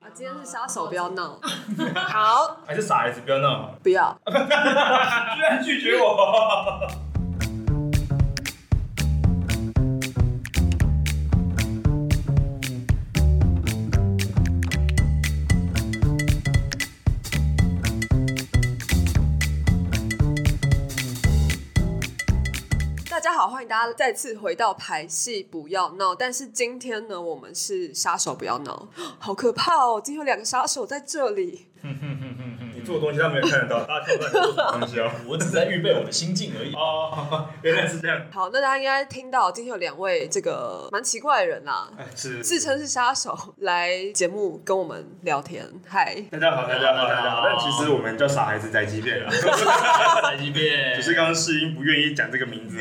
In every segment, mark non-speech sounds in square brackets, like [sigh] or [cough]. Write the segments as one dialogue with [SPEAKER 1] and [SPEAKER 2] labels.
[SPEAKER 1] 啊，今天是杀手，不要
[SPEAKER 2] [laughs]
[SPEAKER 1] 闹，
[SPEAKER 3] 好，
[SPEAKER 4] 还是傻孩子，不要闹好了，
[SPEAKER 1] 不要。
[SPEAKER 4] 居然拒绝我。
[SPEAKER 1] 大家好，欢迎大家再次回到排戏不要闹。但是今天呢，我们是杀手不要闹， [gasps] 好可怕哦！今天有两个杀手在这里，
[SPEAKER 4] [laughs] 你做的东西他没有看得到，他看不到你做什么东西哦。
[SPEAKER 2] 我只是在预备我的心境而已。
[SPEAKER 4] [laughs] 哦，原来是这样。
[SPEAKER 1] 好，那大家应该听到今天有两位这个蛮奇怪的人啦，
[SPEAKER 4] 哎，是
[SPEAKER 1] 自称是杀手来节目跟我们聊天。嗨，
[SPEAKER 4] 大家好，大家好，大家好。
[SPEAKER 2] 大家
[SPEAKER 4] 但
[SPEAKER 2] 好
[SPEAKER 4] 其实我们叫傻孩子宅急 [laughs] 便啊，
[SPEAKER 2] 来一遍，
[SPEAKER 4] 只是刚刚世英不愿意讲这个名字。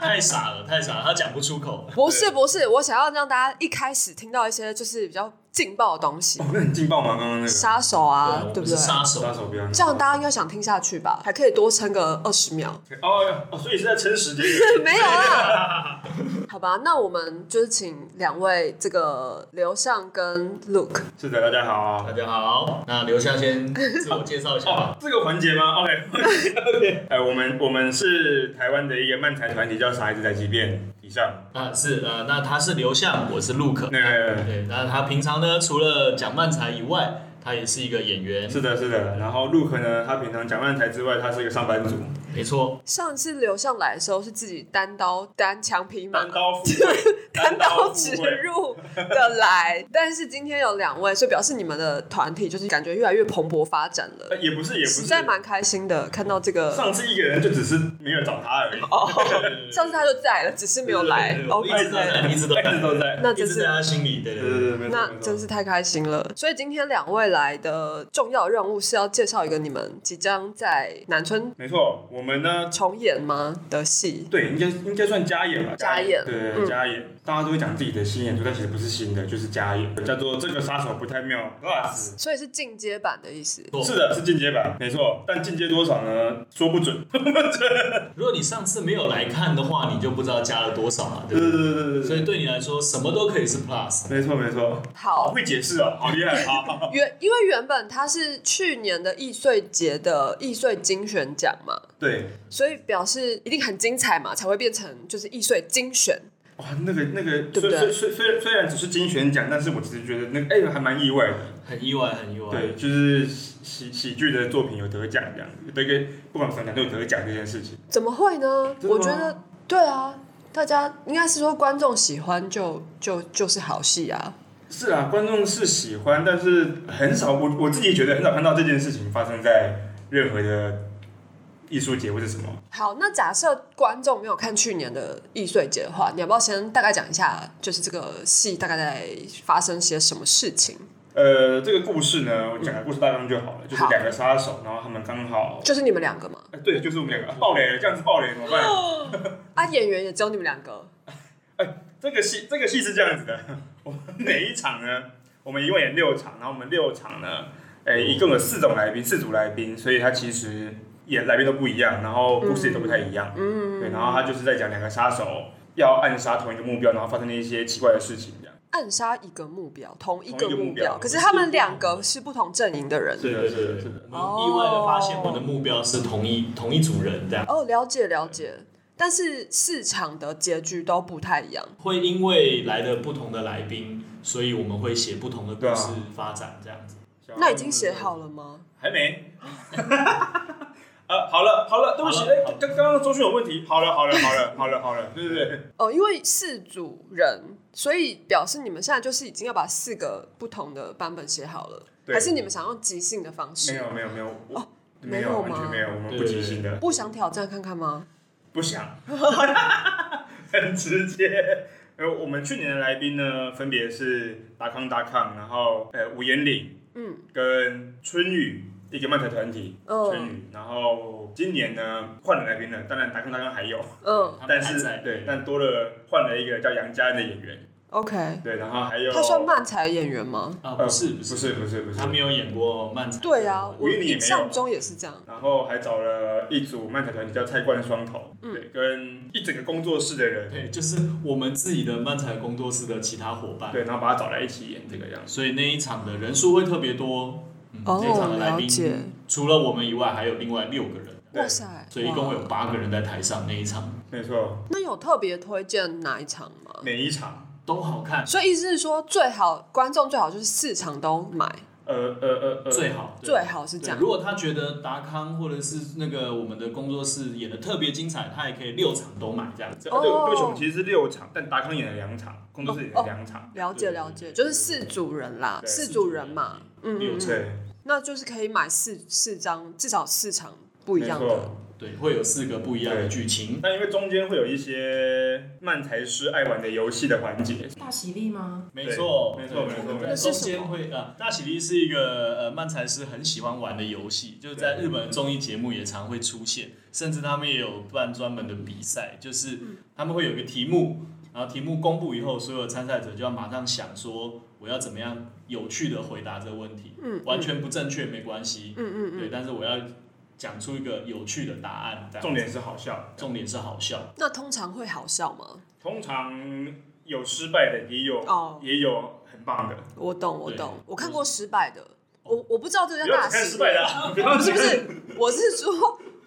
[SPEAKER 2] 太傻了，太傻了，他讲不出口。
[SPEAKER 1] 不是不是，我想要让大家一开始听到一些就是比较劲爆的东西，
[SPEAKER 4] 哦，那很劲爆吗？刚刚那个
[SPEAKER 1] 杀手啊，
[SPEAKER 2] 我
[SPEAKER 1] 对
[SPEAKER 2] 们
[SPEAKER 1] 不
[SPEAKER 2] 是
[SPEAKER 1] 对？
[SPEAKER 2] 杀手，
[SPEAKER 4] 杀手不要闹。
[SPEAKER 1] 这样大家应该想听下去吧，还可以多撑个二十秒。
[SPEAKER 4] 哦哦，所以是在撑 [laughs] 时间。
[SPEAKER 1] [laughs] 没有啦，
[SPEAKER 4] [laughs]
[SPEAKER 1] 好吧，那我们就是请两位这个刘向跟 Look，
[SPEAKER 4] 是的，大家好
[SPEAKER 2] 大。家好，那刘夏先自我介绍一下
[SPEAKER 4] 哦
[SPEAKER 2] 吧。，
[SPEAKER 4] 这个环节吗？OK [laughs] OK。哎，我们我们是台湾的一个漫才团体，叫傻孩子宅急便。以上，
[SPEAKER 2] 啊，是呃，那他是刘向，我是陆可。
[SPEAKER 4] 那个
[SPEAKER 2] 对，那他平常呢，除了讲漫才以外，他也是一个演员。
[SPEAKER 4] 是的，是的。然后陆可呢，他平常讲漫才之外，他是一个上班族。
[SPEAKER 2] 没错，
[SPEAKER 1] 上次刘向来的时候是自己单刀单枪匹马
[SPEAKER 4] [laughs] 单。
[SPEAKER 1] [laughs]
[SPEAKER 4] 刀赴会，
[SPEAKER 1] 单刀直
[SPEAKER 4] 赴会
[SPEAKER 1] 入的来，但是今天有两位，所以表示你们的团体就是感觉越来越蓬勃发展了
[SPEAKER 4] 呃，也不是，也不是，
[SPEAKER 1] 实在蛮开心的。看到这个，
[SPEAKER 4] 上次一个人就只是没有找他而已，
[SPEAKER 1] 哦，上次他就在了，只是没有来
[SPEAKER 2] 对对。对我一直都
[SPEAKER 1] OK，
[SPEAKER 2] 在，一直都
[SPEAKER 4] 一直
[SPEAKER 2] 在，
[SPEAKER 4] 都在。
[SPEAKER 1] 那
[SPEAKER 2] 一
[SPEAKER 1] 这
[SPEAKER 2] 直在
[SPEAKER 1] 是
[SPEAKER 2] 他心里。对
[SPEAKER 4] 对
[SPEAKER 2] 对
[SPEAKER 4] 对
[SPEAKER 2] 对。
[SPEAKER 4] 对，没错
[SPEAKER 1] 那
[SPEAKER 4] 没错
[SPEAKER 1] 真是太开心了。所以今天两位来的重要任务是要介绍一个你们即将在南村
[SPEAKER 4] 没错。我们呢，
[SPEAKER 1] 重演吗的戏？
[SPEAKER 4] 对，应该应该算加演吧，
[SPEAKER 1] 加演
[SPEAKER 4] 对
[SPEAKER 1] 嗯
[SPEAKER 4] 对，加演。大家都会讲自己的新演出，但其实不是新的，就是加演，叫做这个杀手不太妙 Plus。
[SPEAKER 1] 所以是进阶版的意思。
[SPEAKER 2] 错
[SPEAKER 4] 是的，是进阶版，没错。但进阶多少呢？说不准。
[SPEAKER 2] 如果你上次没有来看的话，你就不知道加了多少嘛，对
[SPEAKER 4] 对
[SPEAKER 2] 不
[SPEAKER 4] 对
[SPEAKER 2] 对？
[SPEAKER 4] 对对对
[SPEAKER 2] 所
[SPEAKER 4] 对
[SPEAKER 2] 以对你来说，什么都可以是 plus。
[SPEAKER 4] 对，没错没错。好
[SPEAKER 1] 好，
[SPEAKER 4] 会解释哦，好厉
[SPEAKER 1] [laughs]
[SPEAKER 4] 害，好。
[SPEAKER 1] 原因为原本它是去年的易碎节的易碎精选奖嘛，
[SPEAKER 4] 对，
[SPEAKER 1] 所以表示一定很精彩嘛，才会变成就是易碎精选。
[SPEAKER 4] 哇，那个那个，
[SPEAKER 1] 对不
[SPEAKER 4] 虽
[SPEAKER 1] 对
[SPEAKER 4] 虽虽虽虽然只是精选奖，但是我其实觉得那个哎还蛮意外的。
[SPEAKER 2] 很意外，很意外。
[SPEAKER 4] 对，就是喜喜喜剧的作品有得奖这样子，得给不管什么奖都有得奖这件事情。
[SPEAKER 1] 怎么会呢？
[SPEAKER 4] 真的吗
[SPEAKER 1] 我觉得对啊，大家应该是说观众喜欢就就就是好戏啊。
[SPEAKER 4] 是啊，观众是喜欢，但是很少，我我自己觉得很少看到这件事情发生在任何的艺术节或者什么。
[SPEAKER 1] 好，那假设观众没有看去年的易碎节的话，你要不要先大概讲一下，就是这个戏大概在发生些什么事情？
[SPEAKER 4] 呃，这个故事呢，我讲个故事大纲就好了，就是
[SPEAKER 1] 好
[SPEAKER 4] 两个杀手，然后他们刚好，
[SPEAKER 1] 就是你们两个嘛，
[SPEAKER 4] 呃对，就是我们两个爆雷了，这样子爆雷怎么办？
[SPEAKER 1] 啊，演员也只有你们两个，
[SPEAKER 4] 这个戏这个戏是这样子的， [laughs] 我们每一场呢，我们一共演六场，然后我们六场呢，诶、一共有四种来宾，四组来宾，所以他其实演来宾都不一样，然后故事也都不太一样，嗯，对，然后他就是在讲两个杀手要暗杀同一个目标，然后发生了一些奇怪的事情，这样。
[SPEAKER 1] 暗杀一个目标，同一个
[SPEAKER 4] 同一个
[SPEAKER 1] 目
[SPEAKER 4] 目标
[SPEAKER 1] 可是他们两个是不同阵营的人。
[SPEAKER 4] 是的，是的，哦是的。
[SPEAKER 2] 我们意外的发现，我们的目标是同一同一组人，这样
[SPEAKER 1] 哦，了解了解，但是市场的结局都不太一样。
[SPEAKER 2] 会因为来的不同的来宾，所以我们会写不同的故
[SPEAKER 4] 对
[SPEAKER 2] 事
[SPEAKER 4] 啊
[SPEAKER 2] 发展这样子。
[SPEAKER 1] 那已经写好了吗？
[SPEAKER 4] 还没。 [laughs] 呃，好了，好了，对不起，
[SPEAKER 2] 好了
[SPEAKER 4] 哎
[SPEAKER 2] 好了，
[SPEAKER 4] 刚刚刚周迅有问题。好了，好了，好了，好了，好了，对对对。啊
[SPEAKER 1] 哦，因为四组人，所以表示你们现在就是已经要把四个不同的版本写好了，
[SPEAKER 4] 对
[SPEAKER 1] 还是你们想用即兴的方
[SPEAKER 4] 没
[SPEAKER 1] 式？
[SPEAKER 4] 有，没有，没有，我
[SPEAKER 1] 哦没
[SPEAKER 4] 没
[SPEAKER 1] 有
[SPEAKER 4] 有，
[SPEAKER 1] 吗
[SPEAKER 4] 完全没有，我们不
[SPEAKER 2] 对
[SPEAKER 4] 即兴的。
[SPEAKER 1] 不想挑战看看吗？
[SPEAKER 4] 不想， [laughs] 很直接。呃，我们去年的来宾呢，分别是达康达康，然后呃吴延岭，
[SPEAKER 1] 嗯，
[SPEAKER 4] 跟春雨一个漫才团体，春
[SPEAKER 1] 嗯
[SPEAKER 4] 雨。然后今年呢换了来宾了，当然达康达康还有，
[SPEAKER 1] 嗯，
[SPEAKER 2] 他们
[SPEAKER 4] 但
[SPEAKER 2] 还
[SPEAKER 4] 是
[SPEAKER 2] 在
[SPEAKER 4] 对，但多了换了一个叫杨佳恩的演员，
[SPEAKER 1] OK，
[SPEAKER 4] 对，然后还有
[SPEAKER 1] 他算漫才演员吗？
[SPEAKER 2] 啊，
[SPEAKER 4] 呃
[SPEAKER 2] 不是不
[SPEAKER 4] 不
[SPEAKER 2] 是，
[SPEAKER 4] 是不是不是
[SPEAKER 2] 他，没有演过漫才。
[SPEAKER 1] 对啊，我
[SPEAKER 4] 因为你也没有
[SPEAKER 1] 印象中也是这样。
[SPEAKER 4] 然后还找了一组漫才团体叫菜冠双头，对，跟一整个工作室的人，
[SPEAKER 2] 嗯对，就是我们自己的漫才工作室的其他伙伴。
[SPEAKER 4] 对，然后把他找来一起演这个样子。
[SPEAKER 2] 所以那一场的人数会特别多。嗯
[SPEAKER 1] 哦
[SPEAKER 2] 那一场的来宾
[SPEAKER 1] 了解
[SPEAKER 2] 除了我们以外，还有另外六个人，
[SPEAKER 4] 对
[SPEAKER 1] 哇塞，
[SPEAKER 2] 所以一共会有
[SPEAKER 1] 哇
[SPEAKER 2] 八个人在台上。那一场
[SPEAKER 4] 没错，
[SPEAKER 1] 那有特别推荐哪一场吗？
[SPEAKER 4] 每一场，
[SPEAKER 2] 都好看，
[SPEAKER 1] 所以意思是说，最好观众最好就是四场都买，
[SPEAKER 4] 呃呃呃呃，
[SPEAKER 2] 最好对
[SPEAKER 1] 最好是这
[SPEAKER 2] 对，
[SPEAKER 1] 样
[SPEAKER 2] 如。果他觉得达康或者是那个我们的工作室演的特别精彩，他也可以六场都买这样子。
[SPEAKER 4] 对
[SPEAKER 1] 哦
[SPEAKER 4] 呃
[SPEAKER 1] 哦
[SPEAKER 4] 对，对不起，我们其实是六场，但达康演了两场，工作室演了两场，
[SPEAKER 1] 了解了解，就是四组人啦，
[SPEAKER 4] 对
[SPEAKER 1] 四组人嘛，嗯
[SPEAKER 2] 六
[SPEAKER 1] 嗯
[SPEAKER 2] 组
[SPEAKER 1] 嗯，
[SPEAKER 4] 对，
[SPEAKER 1] 那就是可以买四四张，至少四场不一
[SPEAKER 4] 没
[SPEAKER 1] 样
[SPEAKER 4] 错
[SPEAKER 1] 的。。
[SPEAKER 2] 对，会有四个不一样的剧情。
[SPEAKER 4] 那因为中间会有一些漫才师爱玩的游戏的环节，
[SPEAKER 3] 大喜力吗？
[SPEAKER 2] 没错，
[SPEAKER 4] 没错没错
[SPEAKER 2] 对
[SPEAKER 1] 没错
[SPEAKER 2] 中间会啊，大喜力是一个呃漫才师很喜欢玩的游戏，就是在日本的综艺节目也常会出现，甚至他们也有办专门的比赛，就是
[SPEAKER 1] 嗯
[SPEAKER 2] 他们会有一个题目，然后题目公布以后，所有的参赛者就要马上想说我要怎么样有趣的回答这个问题，
[SPEAKER 1] 嗯，
[SPEAKER 2] 完全不正确没关系，
[SPEAKER 1] 嗯，嗯嗯
[SPEAKER 2] 对，
[SPEAKER 1] 嗯。
[SPEAKER 2] 但是我要讲出一个有趣的答案，这样子
[SPEAKER 4] 重点是好笑。
[SPEAKER 2] 重点是好笑，
[SPEAKER 1] 那通常会好笑吗？
[SPEAKER 4] 通常有失败的，也有、
[SPEAKER 1] 哦
[SPEAKER 4] 也有很棒的。
[SPEAKER 1] 我懂，我
[SPEAKER 2] 对
[SPEAKER 1] 懂，我看过失败的，我我不知道这
[SPEAKER 4] 哦不
[SPEAKER 1] 叫
[SPEAKER 4] 要
[SPEAKER 1] 大
[SPEAKER 4] 只看
[SPEAKER 1] 喜
[SPEAKER 4] 失败的、啊，不要
[SPEAKER 1] 力，
[SPEAKER 4] 只
[SPEAKER 1] [laughs] 是不
[SPEAKER 4] 看 [laughs]
[SPEAKER 1] 是？我是说，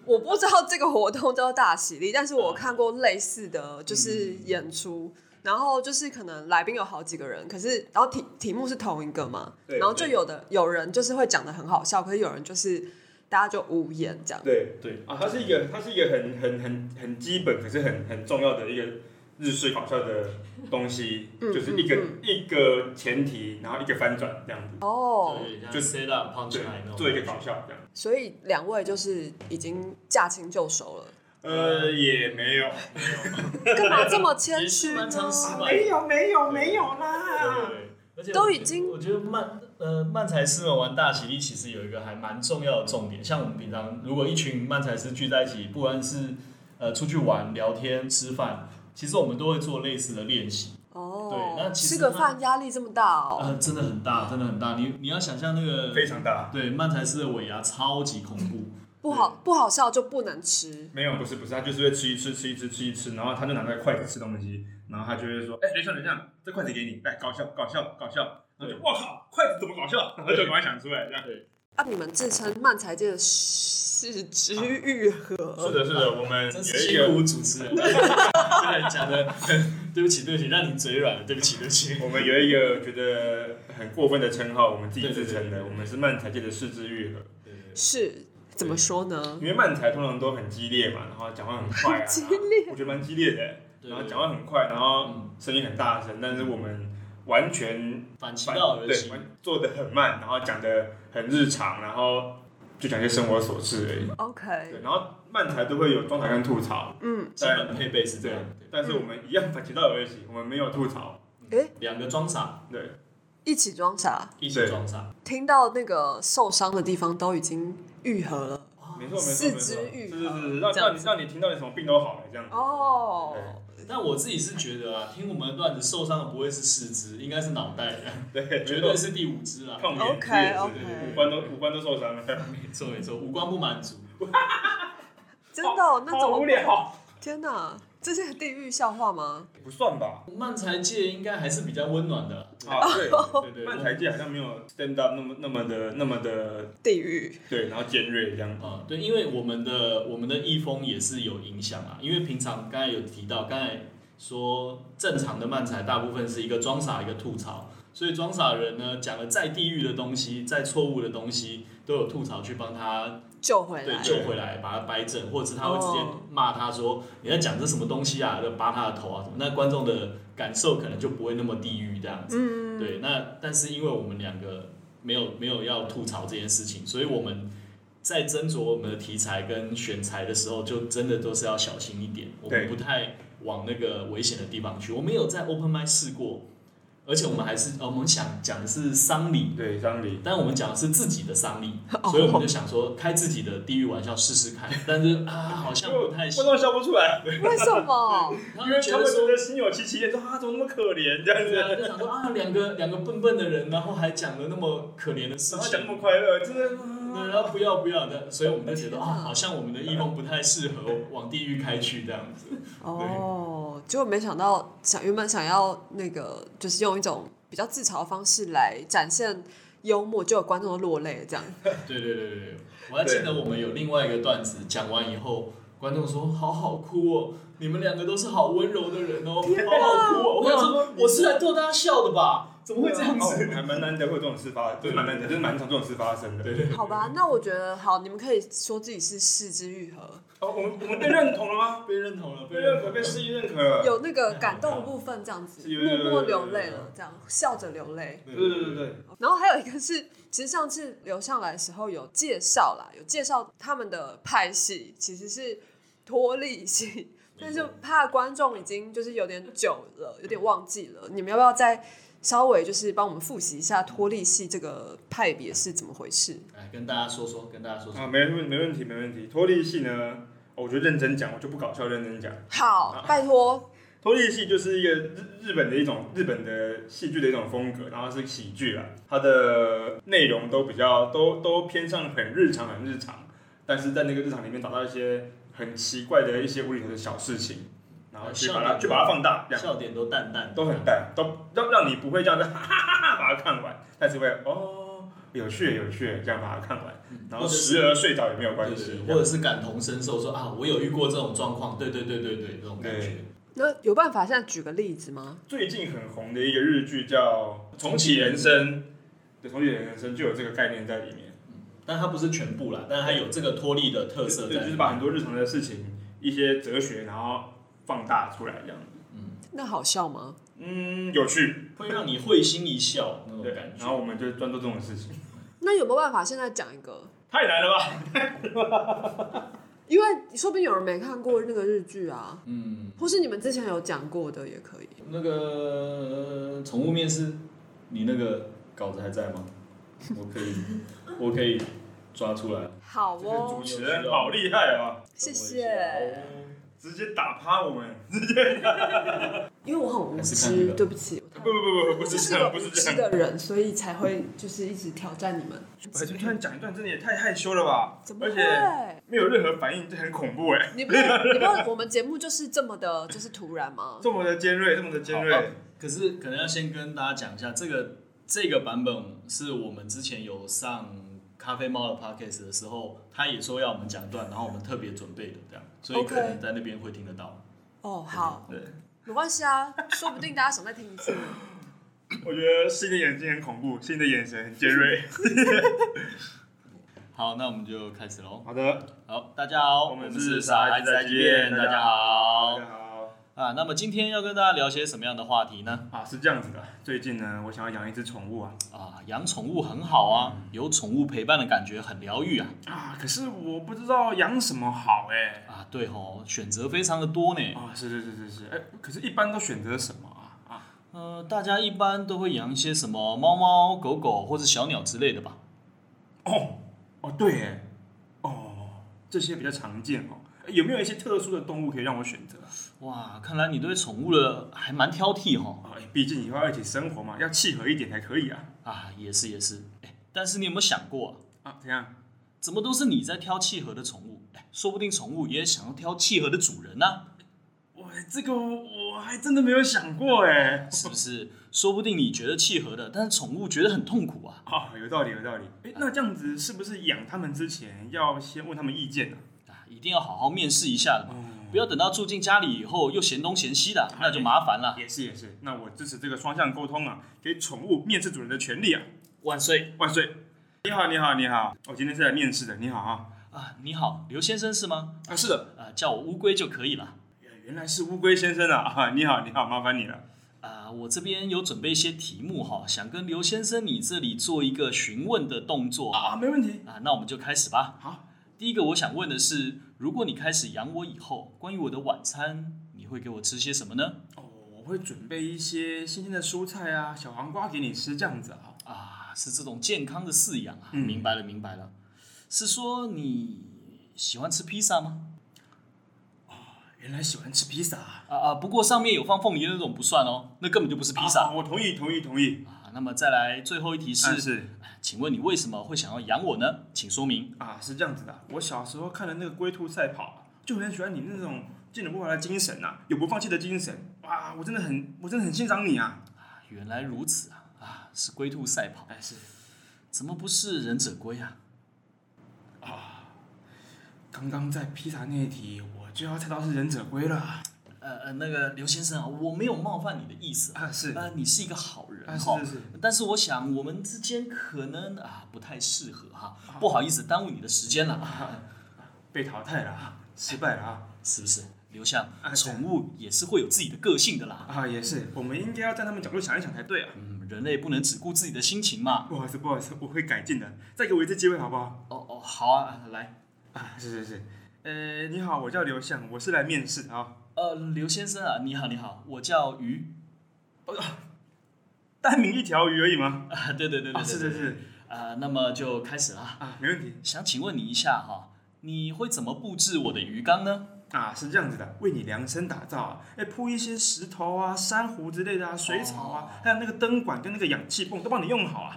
[SPEAKER 1] 我不知道这个活动叫大喜力，但是我看过类似的就是演出。
[SPEAKER 4] 嗯
[SPEAKER 1] 然后就是可能来宾有好几个人，可是然后题题目是同一个嘛，
[SPEAKER 4] 对
[SPEAKER 1] 然后就
[SPEAKER 4] 对
[SPEAKER 1] 有的有人就是会讲的很好笑，可是有人就是大家就无言这样。
[SPEAKER 4] 对
[SPEAKER 2] 对
[SPEAKER 4] 啊，它是一个它是一个很很很很基本，可是很很重要的一个日式搞笑的东西，
[SPEAKER 1] 嗯
[SPEAKER 4] 就是一个、
[SPEAKER 1] 嗯
[SPEAKER 4] 一个前提，然后一个翻转这样子，
[SPEAKER 1] 哦，
[SPEAKER 2] 就 set up
[SPEAKER 4] 对
[SPEAKER 2] punchline 那，种
[SPEAKER 4] 做一个
[SPEAKER 2] 感
[SPEAKER 4] 搞
[SPEAKER 2] 觉
[SPEAKER 4] 笑这样。
[SPEAKER 1] 所以两位就是已经驾轻就熟了，
[SPEAKER 4] 呃，也没有，
[SPEAKER 1] 干嘛这么谦虚
[SPEAKER 2] 也是
[SPEAKER 1] 呢
[SPEAKER 2] 蛮？常识吧
[SPEAKER 4] 没有没有
[SPEAKER 2] 没
[SPEAKER 4] 有啦。
[SPEAKER 2] 对，而且
[SPEAKER 1] 都
[SPEAKER 2] 我
[SPEAKER 1] 已
[SPEAKER 2] 觉
[SPEAKER 1] 经
[SPEAKER 2] 我觉得漫呃漫才师们玩大喜力其实有一个还蛮重要的重点，像我们平常如果一群漫才师聚在一起，不管是呃出去玩、聊天、吃饭，其实我们都会做类似的练习。
[SPEAKER 1] 哦，
[SPEAKER 2] 对那其实
[SPEAKER 1] 吃个
[SPEAKER 2] 他
[SPEAKER 1] 饭压力这么大哦，
[SPEAKER 2] 呃，真的很大，真的很大。你你要想象那个
[SPEAKER 4] 非常大，
[SPEAKER 2] 对漫才师的尾牙超级恐
[SPEAKER 4] [laughs]
[SPEAKER 2] 怖，
[SPEAKER 1] 不好不好笑就不能吃。
[SPEAKER 4] 没有，不是不是，他就是会吃一吃吃一吃吃一吃，然后他就拿那个筷子吃东西，然后他就会说，哎、等一下等一下，这筷子给你，来搞笑搞笑搞笑，然后就我靠，筷子怎么搞笑，然后就赶快想出来这样。
[SPEAKER 1] 啊，你们自称漫才界的四肢愈合，
[SPEAKER 4] 是的，是的，我们
[SPEAKER 2] 真
[SPEAKER 4] 有
[SPEAKER 2] 是
[SPEAKER 4] 一
[SPEAKER 2] 辛
[SPEAKER 4] 个
[SPEAKER 2] 苦主持人，真的讲的， [laughs] 对不起对不起，让你嘴软了，对不起对不起。
[SPEAKER 4] 我们有一个觉得很过分的称号，我们自己
[SPEAKER 2] 对对
[SPEAKER 4] 自
[SPEAKER 2] 对
[SPEAKER 4] 称
[SPEAKER 2] 对
[SPEAKER 4] 的，
[SPEAKER 2] 对
[SPEAKER 4] 我们是漫才界的四肢愈合，
[SPEAKER 2] 对对对
[SPEAKER 1] 是怎么说呢
[SPEAKER 4] 因？为漫才通常都很激烈嘛，然后讲话很快啊，
[SPEAKER 1] 激烈
[SPEAKER 4] 我觉得蛮激烈的，
[SPEAKER 2] 对
[SPEAKER 4] 然后讲话很快，然后
[SPEAKER 2] 嗯
[SPEAKER 4] 声音很大声，但是我们完全
[SPEAKER 2] 反其
[SPEAKER 4] 反
[SPEAKER 2] 道而
[SPEAKER 4] 对
[SPEAKER 2] 行，，
[SPEAKER 4] 做的很慢，然后讲的很日常，然后就讲一些生活琐事而已。对，
[SPEAKER 1] OK，
[SPEAKER 4] 然后漫才都会有装台跟吐槽，
[SPEAKER 1] 嗯，
[SPEAKER 2] 基本配备是这样。对
[SPEAKER 4] 但是我们一样反其道而行，我们没有吐槽。
[SPEAKER 2] 两个装傻，
[SPEAKER 4] 对，
[SPEAKER 1] 一起装傻，
[SPEAKER 2] 一起装傻，
[SPEAKER 1] 听到那个受伤的地方都已经愈合了。
[SPEAKER 4] 没错没错
[SPEAKER 1] 哦四
[SPEAKER 4] 没错，
[SPEAKER 1] 肢愈
[SPEAKER 4] 是
[SPEAKER 1] 合
[SPEAKER 4] 是是，让
[SPEAKER 1] 这样
[SPEAKER 4] 让你让你听到你什么病都好了这样子。
[SPEAKER 1] 哦，
[SPEAKER 2] 但我自己是觉得啊，听我们的段子受伤的不会是四肢，应该是脑袋，
[SPEAKER 4] 对，没
[SPEAKER 2] [laughs] 绝
[SPEAKER 4] 错
[SPEAKER 2] 对，是第五肢啦。
[SPEAKER 4] 看我们眼睛
[SPEAKER 1] OK，
[SPEAKER 4] 也是
[SPEAKER 1] OK
[SPEAKER 4] 五官都五官都受伤了，
[SPEAKER 2] 没错没错，五官不满足，
[SPEAKER 1] 真的哦、那怎
[SPEAKER 4] [laughs] 好
[SPEAKER 1] 么
[SPEAKER 4] 无
[SPEAKER 1] 办？
[SPEAKER 4] 聊，
[SPEAKER 1] 天哪，这是地狱笑话吗？
[SPEAKER 4] 不
[SPEAKER 1] [laughs]
[SPEAKER 4] 算吧？
[SPEAKER 2] 漫才界应该还是比较温暖的。
[SPEAKER 4] 啊，对
[SPEAKER 2] 对对，
[SPEAKER 4] 漫才界好像没有 stand up 那么那么的那么的
[SPEAKER 1] 地狱
[SPEAKER 4] 对，然后尖锐这样。
[SPEAKER 2] 啊、对，因为我们的我们的易风也是有影响啊，因为平常刚才有提到，刚才说正常的漫才大部分是一个装傻一个吐槽，所以装傻的人呢讲了再地狱的东西，再错误的东西，都有吐槽去帮他
[SPEAKER 1] 救回
[SPEAKER 2] 对，
[SPEAKER 1] 来，哦
[SPEAKER 2] 救回来，把他掰正，或者是他会直接骂他说：“你在讲这什么东西啊？”就扒他的头啊什么。那观众的感受可能就不会那么地狱这样子。
[SPEAKER 1] 嗯，
[SPEAKER 2] 对，那但是因为我们两个没有没有要吐槽这件事情，所以我们在斟酌我们的题材跟选材的时候，就真的都是要小心一点，我
[SPEAKER 4] 对
[SPEAKER 2] 们不太往那个危险的地方去。我们有在 open m i 试过。而且我们还是呃我们想讲的是丧礼，
[SPEAKER 4] 对，张礼，
[SPEAKER 2] 但我们讲的是自己的丧礼，
[SPEAKER 1] 哦
[SPEAKER 2] 所以我们就想说开自己的地狱玩笑试试看，但是啊好像不太
[SPEAKER 4] 为什
[SPEAKER 2] 行，
[SPEAKER 4] 么笑不出来？
[SPEAKER 1] 为什么？
[SPEAKER 2] 然
[SPEAKER 4] 因
[SPEAKER 2] 后
[SPEAKER 4] 为
[SPEAKER 2] 觉
[SPEAKER 4] 他
[SPEAKER 2] 得
[SPEAKER 4] 们
[SPEAKER 2] 说
[SPEAKER 4] 觉得心有戚戚焉，说啊，怎么那么可怜这样
[SPEAKER 2] 对啊，
[SPEAKER 4] 子，
[SPEAKER 2] 就想说啊两个两个笨笨的人，然后还讲了那么可怜的事
[SPEAKER 4] 然后
[SPEAKER 2] 情
[SPEAKER 4] [laughs] 讲那，么快乐，真的啊
[SPEAKER 2] 对，然后不要不要的，所以我们就觉得啊好像我们的义工不太适合往地狱开去这样子，
[SPEAKER 1] 哦，结果没想到，想原本想要那个，就是用一种比较自嘲的方式来展现幽默，就有观众都落泪了这样。
[SPEAKER 2] 对对对对对，我还记得我们有另外一个段子，讲完以后，观众说好好哭哦，你们两个都是好温柔的人哦，好好哭哦。我想说我是来逗大家笑的吧，怎么会这样
[SPEAKER 4] 哦 [laughs]
[SPEAKER 2] 子？
[SPEAKER 4] 还蛮难得会有这种事发，就是蛮难得，就是蛮常这种事发 [laughs] 生的。
[SPEAKER 2] 对对对
[SPEAKER 1] 好吧，那我觉得好，你们可以说自己是四肢愈合，
[SPEAKER 4] 哦，我们我们被认同了吗？
[SPEAKER 2] 被认同了，
[SPEAKER 4] 被认可，被
[SPEAKER 2] 了。
[SPEAKER 4] 世界认可了。
[SPEAKER 1] 有那个感动的部分这样子，
[SPEAKER 4] 有有有有有
[SPEAKER 1] 默默流泪了，这样笑着流泪。
[SPEAKER 2] 对
[SPEAKER 4] 对对对对，
[SPEAKER 1] 然后还有一个是，其实上次刘上来的时候有介绍啦，有介绍他们的派系其实是脱力系，但是怕观众已经就是有点久了，有点忘记了，你们要不要再稍微就是帮我们复习一下脱力系这个派别是怎么回事？
[SPEAKER 2] 来哎跟大家说说，跟大家说说。
[SPEAKER 4] 啊，没问没问题没问题。脱离系呢，哦我就认真讲，我就不搞笑，认真讲。
[SPEAKER 1] 好，拜托，
[SPEAKER 4] 脱力戏就是一个日日本的一种日本的戏剧的一种风格，然后是喜剧啦，它的内容都比较都都偏向很日常很日常，但是在那个日常里面找到一些很奇怪的一些无厘头的小事情，然后去把它去把它放大，两
[SPEAKER 2] 笑点都淡淡的，
[SPEAKER 4] 都很淡，都让让你不会这样子 [laughs] 哈哈哈哈把它看完，但是会哦有趣有趣这样把它看完，
[SPEAKER 2] 嗯，
[SPEAKER 4] 然后
[SPEAKER 2] 或者是
[SPEAKER 4] 时而睡着也没有关
[SPEAKER 2] 对对
[SPEAKER 4] 系
[SPEAKER 2] 对，，或者是感同身受，说啊，我有遇过这种状况，对对对对对，这种感觉。
[SPEAKER 1] 那有办法现在举个例子吗？
[SPEAKER 4] 最近很红的一个日剧叫《重启人生》，对，《重启人生》就有这个概念在里面，
[SPEAKER 2] 但它不是全部啦，但它有这个脱力的特色
[SPEAKER 4] 对，
[SPEAKER 2] 在
[SPEAKER 4] 就。是把很多日常的事情、一些哲学，然后放大出来这样子。
[SPEAKER 1] 那好笑吗？
[SPEAKER 4] 嗯，有趣，
[SPEAKER 2] 会让你会心一笑那种
[SPEAKER 4] 对
[SPEAKER 2] 感，觉。
[SPEAKER 4] 然后我们就专做这种事情，
[SPEAKER 1] 那有没有办法现在讲一个？
[SPEAKER 4] 太难了吧？
[SPEAKER 1] 因为说不定有人没看过那个日剧啊，
[SPEAKER 2] 嗯，
[SPEAKER 1] 或是你们之前有讲过的也可以。
[SPEAKER 2] 那个呃宠物面试，你那个稿子还在吗？我可以，我可以抓出来。
[SPEAKER 1] 好
[SPEAKER 4] 这个主
[SPEAKER 1] 哦，
[SPEAKER 4] 持人好厉害啊，
[SPEAKER 1] 谢谢。
[SPEAKER 4] 直接打趴我们！
[SPEAKER 1] 因为我很无
[SPEAKER 2] 还是看这
[SPEAKER 1] 知，
[SPEAKER 2] 个
[SPEAKER 1] 对不起，
[SPEAKER 4] 不不不不不，不
[SPEAKER 1] 我
[SPEAKER 4] 是
[SPEAKER 1] 是
[SPEAKER 4] 这
[SPEAKER 1] 个
[SPEAKER 4] 样，
[SPEAKER 1] 无
[SPEAKER 4] 不是
[SPEAKER 1] 知
[SPEAKER 4] 这样。
[SPEAKER 1] 的人，所以才会就是一直挑战你们。
[SPEAKER 4] 我就突然讲一段，真的也太害羞了吧？
[SPEAKER 1] 怎么
[SPEAKER 4] 而且
[SPEAKER 1] 会？
[SPEAKER 4] 没有任何反应，这很恐怖哎，
[SPEAKER 1] 你不 [laughs] 你不知道我们节目就是这么的，就是突然吗？
[SPEAKER 4] 这么的尖锐，这么的尖
[SPEAKER 2] 好
[SPEAKER 4] 锐。
[SPEAKER 2] 可是可能要先跟大家讲一下，这个这个版本是我们之前有上咖啡猫的 podcast 的时候，他也说要我们讲段，然后我们特别准备的这样，所以
[SPEAKER 1] OK
[SPEAKER 2] 可能在那边会听得到。
[SPEAKER 1] 哦，好，
[SPEAKER 4] 对，
[SPEAKER 1] 没关系啊，说不定大家想再听一
[SPEAKER 3] [laughs]
[SPEAKER 1] 次。
[SPEAKER 4] 我觉得新的眼睛很恐怖，新的眼神很尖锐。
[SPEAKER 2] 好，那我们就开始喽。
[SPEAKER 4] 好的，
[SPEAKER 2] 好，大家好，
[SPEAKER 4] 我们是
[SPEAKER 2] 傻
[SPEAKER 4] 傻孩子宅
[SPEAKER 2] 宅
[SPEAKER 4] 急
[SPEAKER 2] 急
[SPEAKER 4] 便
[SPEAKER 2] 便，大
[SPEAKER 4] 大家
[SPEAKER 2] 家好
[SPEAKER 4] 大。家好。
[SPEAKER 2] 啊，那么今天要跟大家聊些什么样的话题呢？
[SPEAKER 4] 啊，是这样子的，最近呢，我想要养一只宠物啊，
[SPEAKER 2] 啊，养宠物很好啊，有宠物陪伴的感觉很疗愈啊。
[SPEAKER 4] 啊，可是我不知道养什么好哎、
[SPEAKER 2] 啊，对吼，选择非常的多呢。
[SPEAKER 4] 啊，是是是是是，哎、可是一般都选择什么啊？啊，
[SPEAKER 2] 呃，大家一般都会养一些什么猫猫、狗狗或者小鸟之类的吧？
[SPEAKER 4] 哦哦对哎，哦，这些比较常见哦，哎有没有一些特殊的动物可以让我选择啊？
[SPEAKER 2] 哇，看来你对宠物的还蛮挑剔吼。
[SPEAKER 4] 啊，哎毕竟以后要一起生活嘛，要契合一点才可以啊。
[SPEAKER 2] 啊，也是也是。哎，但是你有没有想过、啊，
[SPEAKER 4] 啊，怎样？
[SPEAKER 2] 怎么都是你在挑契合的宠物？哎，说不定宠物也想要挑契合的主人呢、啊
[SPEAKER 4] 我这个我我还真的没有想过哎。
[SPEAKER 2] 是不是？说不定你觉得契合的，但是宠物觉得很痛苦啊。
[SPEAKER 4] 啊，有道理，有道理。哎、那这样子是不是养它们之前要先问他们意见呢、
[SPEAKER 2] 啊，一定要好好面试一下的嘛，不要等到住进家里以后又嫌东嫌西的，那就麻烦了。
[SPEAKER 4] 也是也是，那我支持这个双向沟通啊，给宠物面试主人的权利啊！
[SPEAKER 2] 万岁
[SPEAKER 4] 万岁！你好，你好，你好，我今天是来面试的，你好啊！
[SPEAKER 2] 啊！你好，刘先生是吗？
[SPEAKER 4] 啊，是的，
[SPEAKER 2] 啊，叫我乌龟就可以了。
[SPEAKER 4] 原来是乌龟先生啊！啊，你好，你好，麻烦你了。
[SPEAKER 2] 啊，我这边有准备一些题目哈，想跟刘先生你这里做一个询问的动作啊。
[SPEAKER 4] 啊，没问题。
[SPEAKER 2] 那我们就开始吧。
[SPEAKER 4] 好，
[SPEAKER 2] 第一个我想问的是，如果你开始养我以后，关于我的晚餐，你会给我吃些什么呢？
[SPEAKER 4] 哦，我会准备一些新鲜的蔬菜啊、小黄瓜给你吃，这样子啊。
[SPEAKER 2] 啊，是这种健康的饲养啊，
[SPEAKER 4] 嗯
[SPEAKER 2] 明白了，明白了。是说你喜欢吃披萨吗？
[SPEAKER 4] 原来喜欢吃披萨啊，
[SPEAKER 2] 啊啊，不过上面有放凤梨的那种不算哦，那根本就不是披
[SPEAKER 4] 啊
[SPEAKER 2] 萨
[SPEAKER 4] 我同意，同意，同意。
[SPEAKER 2] 啊。那么再来最后一题
[SPEAKER 4] 但
[SPEAKER 2] 是，请问你为什么会想要养我呢？请说明。
[SPEAKER 4] 啊，是这样子的啊，我小时候看了那个龟兔赛跑啊，就很喜欢你那种坚韧不拔的精神呐、啊，有不放弃的精神。哇，我真的很，我真的很欣赏你啊。
[SPEAKER 2] 啊原来如此啊啊，是龟兔赛跑，
[SPEAKER 4] 哎，是
[SPEAKER 2] 怎么不是忍者龟啊？
[SPEAKER 4] 刚刚在披萨那一题，我就要猜到是忍者龟了啊
[SPEAKER 2] 呃呃，那个刘先生啊，我没有冒犯你的意思啊，
[SPEAKER 4] 啊，是
[SPEAKER 2] 呃，你是一个好人
[SPEAKER 4] 啊，
[SPEAKER 2] 哈、
[SPEAKER 4] 是是是，
[SPEAKER 2] 但是我想我们之间可能啊不太适合哈、
[SPEAKER 4] 啊
[SPEAKER 2] 不好意思耽误你的时间了，啊、
[SPEAKER 4] 被淘汰了啊，失败了啊。
[SPEAKER 2] 是不是？刘向
[SPEAKER 4] 啊，是
[SPEAKER 2] 宠物也是会有自己的个性的啦。
[SPEAKER 4] 啊，也是，我们应该要站他们角度想一想才对啊。
[SPEAKER 2] 嗯，人类不能只顾自己的心情嘛。
[SPEAKER 4] 不好意思，不好意思，我会改进的，再给我一次机会好不好？
[SPEAKER 2] 哦哦，好啊，来，
[SPEAKER 4] 啊，是是是，呃，你好，我叫刘向，我是来面试的啊。
[SPEAKER 2] 呃，刘先生啊，你好，你好，我叫鱼 [laughs]
[SPEAKER 4] 单名一条鱼而已吗？
[SPEAKER 2] 啊，对对对对对，
[SPEAKER 4] 啊，是是是，
[SPEAKER 2] 啊，那么就开始啦。
[SPEAKER 4] 啊，没问题。
[SPEAKER 2] 想请问你一下哈、你会怎么布置我的鱼缸呢？
[SPEAKER 4] 啊，是这样子的，为你量身打造啊，哎，铺一些石头啊、珊瑚之类的啊、水草
[SPEAKER 2] 哦
[SPEAKER 4] 啊，还有那个灯管跟那个氧气泵都帮你用好啊。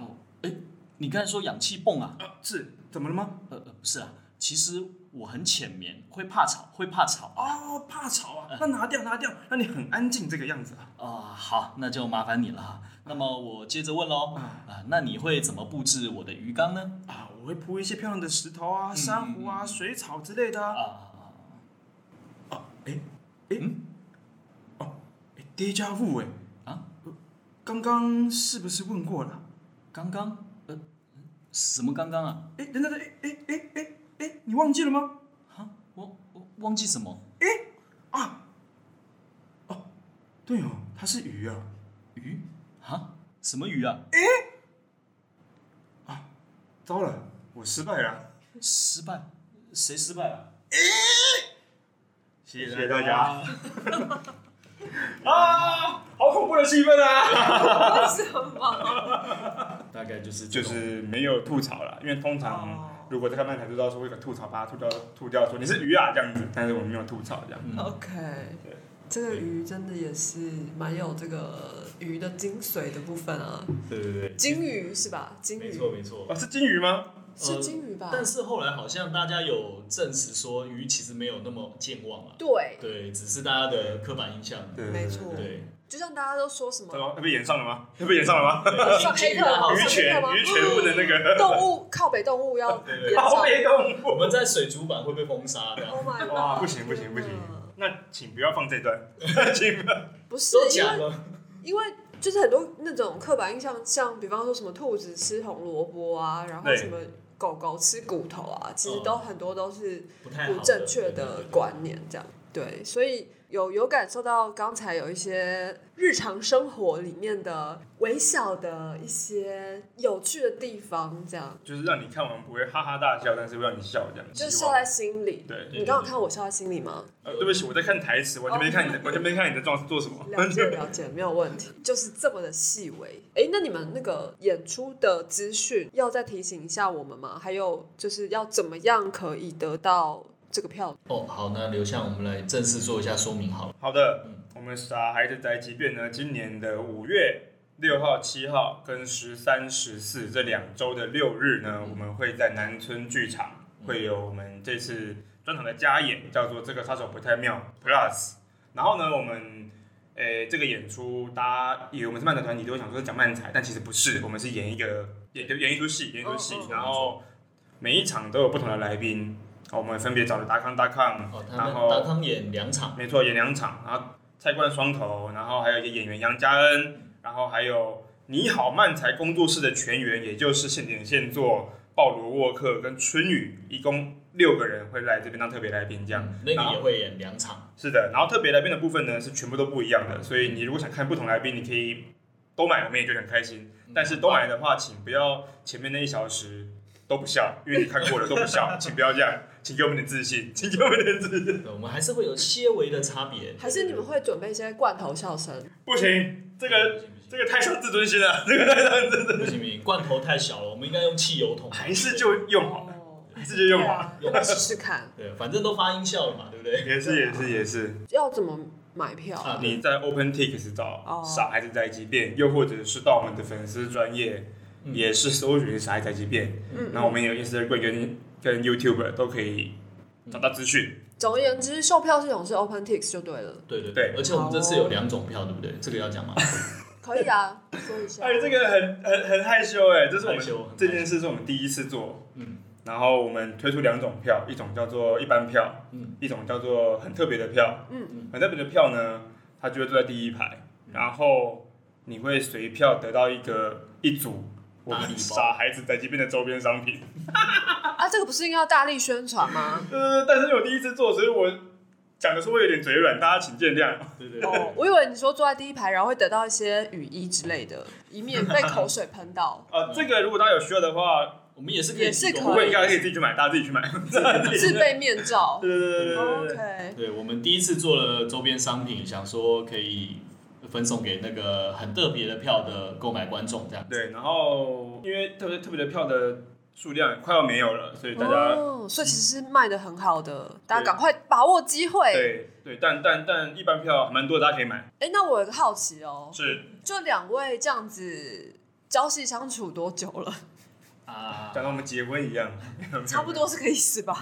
[SPEAKER 2] 你刚才说氧气泵啊，
[SPEAKER 4] 啊，是，怎么了吗？
[SPEAKER 2] 呃呃，不是啊，其实我很浅眠，会怕吵，会怕吵。
[SPEAKER 4] 哦，怕吵啊，那拿掉拿掉，让你很安静这个样子啊。
[SPEAKER 2] 啊、好，那就麻烦你了哈。那么我接着问喽，
[SPEAKER 4] 嗯
[SPEAKER 2] 啊、那你会怎么布置我的鱼缸呢？
[SPEAKER 4] 啊，我会铺一些漂亮的石头啊、珊瑚啊、水草之类的
[SPEAKER 2] 啊、
[SPEAKER 4] 啊。啊，哎，哎，
[SPEAKER 2] 嗯
[SPEAKER 4] 哦，哎，deja vu 哎，
[SPEAKER 2] 啊
[SPEAKER 4] 呃，刚刚是不是问过了？
[SPEAKER 2] 刚刚，呃，什么刚刚啊？
[SPEAKER 4] 哎，等等等，哎哎哎哎哎，你忘记了吗？
[SPEAKER 2] 啊，我我忘记什么
[SPEAKER 4] 啊，哦，对哦，它是鱼啊。
[SPEAKER 2] 鱼啊？什么鱼啊？
[SPEAKER 4] 糟了，我失败了。
[SPEAKER 2] 失败？谁失败啊了？
[SPEAKER 4] 谢
[SPEAKER 2] 谢
[SPEAKER 4] 大家。 [laughs] 啊，好恐怖的气氛啊！
[SPEAKER 1] 为什么？
[SPEAKER 2] 大概就是这
[SPEAKER 4] 就
[SPEAKER 2] 种
[SPEAKER 4] 是没有吐槽了，因为通
[SPEAKER 1] 哦
[SPEAKER 4] 常如果在看漫才知道说会有吐槽，把它吐掉，吐掉说你是鱼啊这样子，但是我们没有吐槽这样。
[SPEAKER 1] OK，
[SPEAKER 4] 对
[SPEAKER 1] 这个鱼真的也是蛮有这个鱼的精髓的部分啊，
[SPEAKER 2] 对对对，
[SPEAKER 1] 金鱼是吧？金鱼
[SPEAKER 2] 没错
[SPEAKER 4] 哦，是金鱼吗？
[SPEAKER 1] 是金鱼吧？
[SPEAKER 4] 呃
[SPEAKER 2] 但是后来好像大家有证实说，鱼其实没有那么健忘了，
[SPEAKER 1] 对，
[SPEAKER 2] 对，只是大家的刻板印象。
[SPEAKER 4] 对
[SPEAKER 1] 没错
[SPEAKER 2] 对，
[SPEAKER 1] 就像大家都说什
[SPEAKER 4] 糟
[SPEAKER 1] 么
[SPEAKER 4] 糕，要被演上了吗？要被演上了吗？
[SPEAKER 1] 上黑客
[SPEAKER 2] 好
[SPEAKER 1] 吗？
[SPEAKER 4] 鱼
[SPEAKER 1] 上黑
[SPEAKER 4] 权
[SPEAKER 1] 客，吗？哦
[SPEAKER 4] 鱼权不能那个。
[SPEAKER 1] 动物靠北动物
[SPEAKER 4] [laughs]
[SPEAKER 1] 要
[SPEAKER 2] 对对
[SPEAKER 1] 演
[SPEAKER 4] 好
[SPEAKER 1] 上。
[SPEAKER 4] 被动
[SPEAKER 2] 我们在水族馆会被封杀的。
[SPEAKER 1] Oh my god！
[SPEAKER 4] [laughs] 哇，不行不行不行
[SPEAKER 1] 天哪！
[SPEAKER 4] 那请不要放这段，请不要。
[SPEAKER 1] 不是
[SPEAKER 2] 都
[SPEAKER 1] 因
[SPEAKER 2] 假
[SPEAKER 1] 为
[SPEAKER 2] 的，
[SPEAKER 1] 因为就是很多那种刻板印象，像比方说什么兔子吃红萝卜啊，然后
[SPEAKER 4] 对
[SPEAKER 1] 什么狗狗吃骨头啊，其实都很多都是
[SPEAKER 2] 不太好
[SPEAKER 1] 哎不
[SPEAKER 2] 的
[SPEAKER 1] 正确的观念，这样对，所以有有感受到刚才有一些日常生活里面的微小的一些有趣的地方，这样
[SPEAKER 4] 就是让你看完不会哈哈大笑，但是会让你笑这样。
[SPEAKER 1] 就
[SPEAKER 4] 希
[SPEAKER 1] 笑
[SPEAKER 4] 望
[SPEAKER 1] 在心里。
[SPEAKER 4] 对，
[SPEAKER 1] 你刚刚有看我笑在心里吗？
[SPEAKER 4] 呃，对不起，我在看台词，完全没看
[SPEAKER 1] 哦
[SPEAKER 4] 你的，完全没看你的状是做什么。
[SPEAKER 1] 了解了解，没有问题，就是这么的细微。哎，那你们那个演出的资讯要再提醒一下我们吗？还有就是要怎么样可以得到这个票？
[SPEAKER 2] 哦，好，那刘向，我们来正式做一下说明好了。
[SPEAKER 4] 好的
[SPEAKER 2] 嗯，
[SPEAKER 4] 我们傻孩子宅急便呢，今年的五月六号、七号跟十三、十四这两周的六日呢，
[SPEAKER 1] 嗯
[SPEAKER 4] 我们会在南村剧场会有我们这次专场的加演，叫做《这个杀手不太妙 Plus》。然后呢，我们诶这个演出，大家以为我们是漫才团体，都会想说是讲漫才，但其实不是，我们是演一个演演一出戏，演一出戏
[SPEAKER 1] 嗯哦哦，
[SPEAKER 4] 然后每一场都有不同的来宾。哦我们分别找了达康、达康
[SPEAKER 2] 哦，，他
[SPEAKER 4] 然
[SPEAKER 2] 们
[SPEAKER 4] 后
[SPEAKER 2] 达康演两场，
[SPEAKER 4] 没错，演两场，然后蔡冠双头，然后还有一个演员杨佳恩，然后还有你好漫才工作室的全员，也就是现点现做鲍罗沃克跟春雨，一共六个人会来这边当特别来宾，这样。
[SPEAKER 2] 嗯那
[SPEAKER 4] 然
[SPEAKER 2] 个
[SPEAKER 4] 后
[SPEAKER 2] 也会演两场。
[SPEAKER 4] 是的，然后特别来宾的部分呢是全部都不一样的，所以你如果想看不同来宾，你可
[SPEAKER 2] 嗯
[SPEAKER 4] 以都买，我们也觉得很开心。但是都买的话，请不要前面那一小时都不
[SPEAKER 2] [laughs]
[SPEAKER 4] 笑，因为你看过了都不笑，请不要这样，请给我们点自信，请给我们点自信。
[SPEAKER 2] 对我们还是会有些微的差别。
[SPEAKER 1] 还是你们会准备一些罐头笑声？
[SPEAKER 4] 不行，这
[SPEAKER 2] 不
[SPEAKER 4] 个
[SPEAKER 2] 行不行
[SPEAKER 4] 这个太伤自尊心了，这个太伤自尊，
[SPEAKER 2] 不行不行，罐头太小了，我们应该用汽油桶。
[SPEAKER 4] [laughs] 还是就用好了，
[SPEAKER 1] 哦，
[SPEAKER 4] 还是就用
[SPEAKER 1] 对
[SPEAKER 4] 好了，
[SPEAKER 1] 啊，我们试试看，
[SPEAKER 2] 对，反正都发音效了嘛，对不
[SPEAKER 1] 啊
[SPEAKER 2] 对？
[SPEAKER 4] 也是也是也是。
[SPEAKER 1] 要怎么买票啊？
[SPEAKER 2] 啊
[SPEAKER 4] 你在 OpenTix 找
[SPEAKER 1] 哦
[SPEAKER 4] “傻孩子宅急便”，又或者是到我们的粉丝专业，
[SPEAKER 2] 嗯
[SPEAKER 4] 也是搜寻“傻孩子宅急便”。
[SPEAKER 1] 嗯，
[SPEAKER 4] 那我们有 Instagram 跟跟 YouTube 都可以找到资讯。
[SPEAKER 1] 总而言之，售票系统是 OpenTix 就对了，
[SPEAKER 2] 对对
[SPEAKER 4] 对哦
[SPEAKER 2] 而且我们这次有两种票，对不对？这个
[SPEAKER 4] [laughs]
[SPEAKER 2] 要讲吗？
[SPEAKER 1] 可以啊，说一下。
[SPEAKER 4] 哎，这个很很很害羞哎，这是我
[SPEAKER 2] 害羞很
[SPEAKER 4] 们
[SPEAKER 2] 害羞
[SPEAKER 4] 这件事是我们第一次做，
[SPEAKER 2] 嗯
[SPEAKER 4] 然后我们推出两种票，一种叫做一般票，
[SPEAKER 2] 嗯
[SPEAKER 4] 一种叫做很特别的票。
[SPEAKER 1] 嗯
[SPEAKER 2] 嗯
[SPEAKER 4] 很特别的票呢，它就会坐在第一排，然后你会随票得到一个一组我
[SPEAKER 2] 大礼
[SPEAKER 4] 们
[SPEAKER 2] 包
[SPEAKER 4] 傻孩子宅急便的周边商品。
[SPEAKER 1] 啊，这个不是应该要大力宣传吗？
[SPEAKER 4] 呃，但是我第一次做，所以我讲的时候会有点嘴软，大家请见谅。。
[SPEAKER 2] 对对对。
[SPEAKER 1] 哦，我以为你说坐在第一排，然后会得到一些雨衣之类的，以免被口水喷到 [laughs]
[SPEAKER 4] 呃，这个如果大家有需要的话，
[SPEAKER 2] 我们也是可以
[SPEAKER 1] 也是
[SPEAKER 2] 提供
[SPEAKER 1] 可以
[SPEAKER 4] 不过应该可以自己去买，大家自己去买。 [laughs]
[SPEAKER 1] 自备面罩
[SPEAKER 4] 对对对对对对对对。
[SPEAKER 1] 哦，OK，
[SPEAKER 2] 对，我们第一次做了周边商品，想说可以分送给那个很特别的票的购买观众这样子。
[SPEAKER 4] 对，然后因为特别特别的票的数量快要没有了，所以大家
[SPEAKER 1] 哦，所以其实是卖的很好的，大家
[SPEAKER 4] 对
[SPEAKER 1] 赶快把握机会。
[SPEAKER 4] 对对，但但但一般票还蛮多，大家可以买。
[SPEAKER 1] 哎，那我有个好奇哦，
[SPEAKER 4] 是
[SPEAKER 1] 就两位这样子朝夕相处多久
[SPEAKER 4] [laughs]
[SPEAKER 1] 了？
[SPEAKER 2] 啊，
[SPEAKER 4] 讲到我们结婚一样，
[SPEAKER 1] 差不多是个意思吧？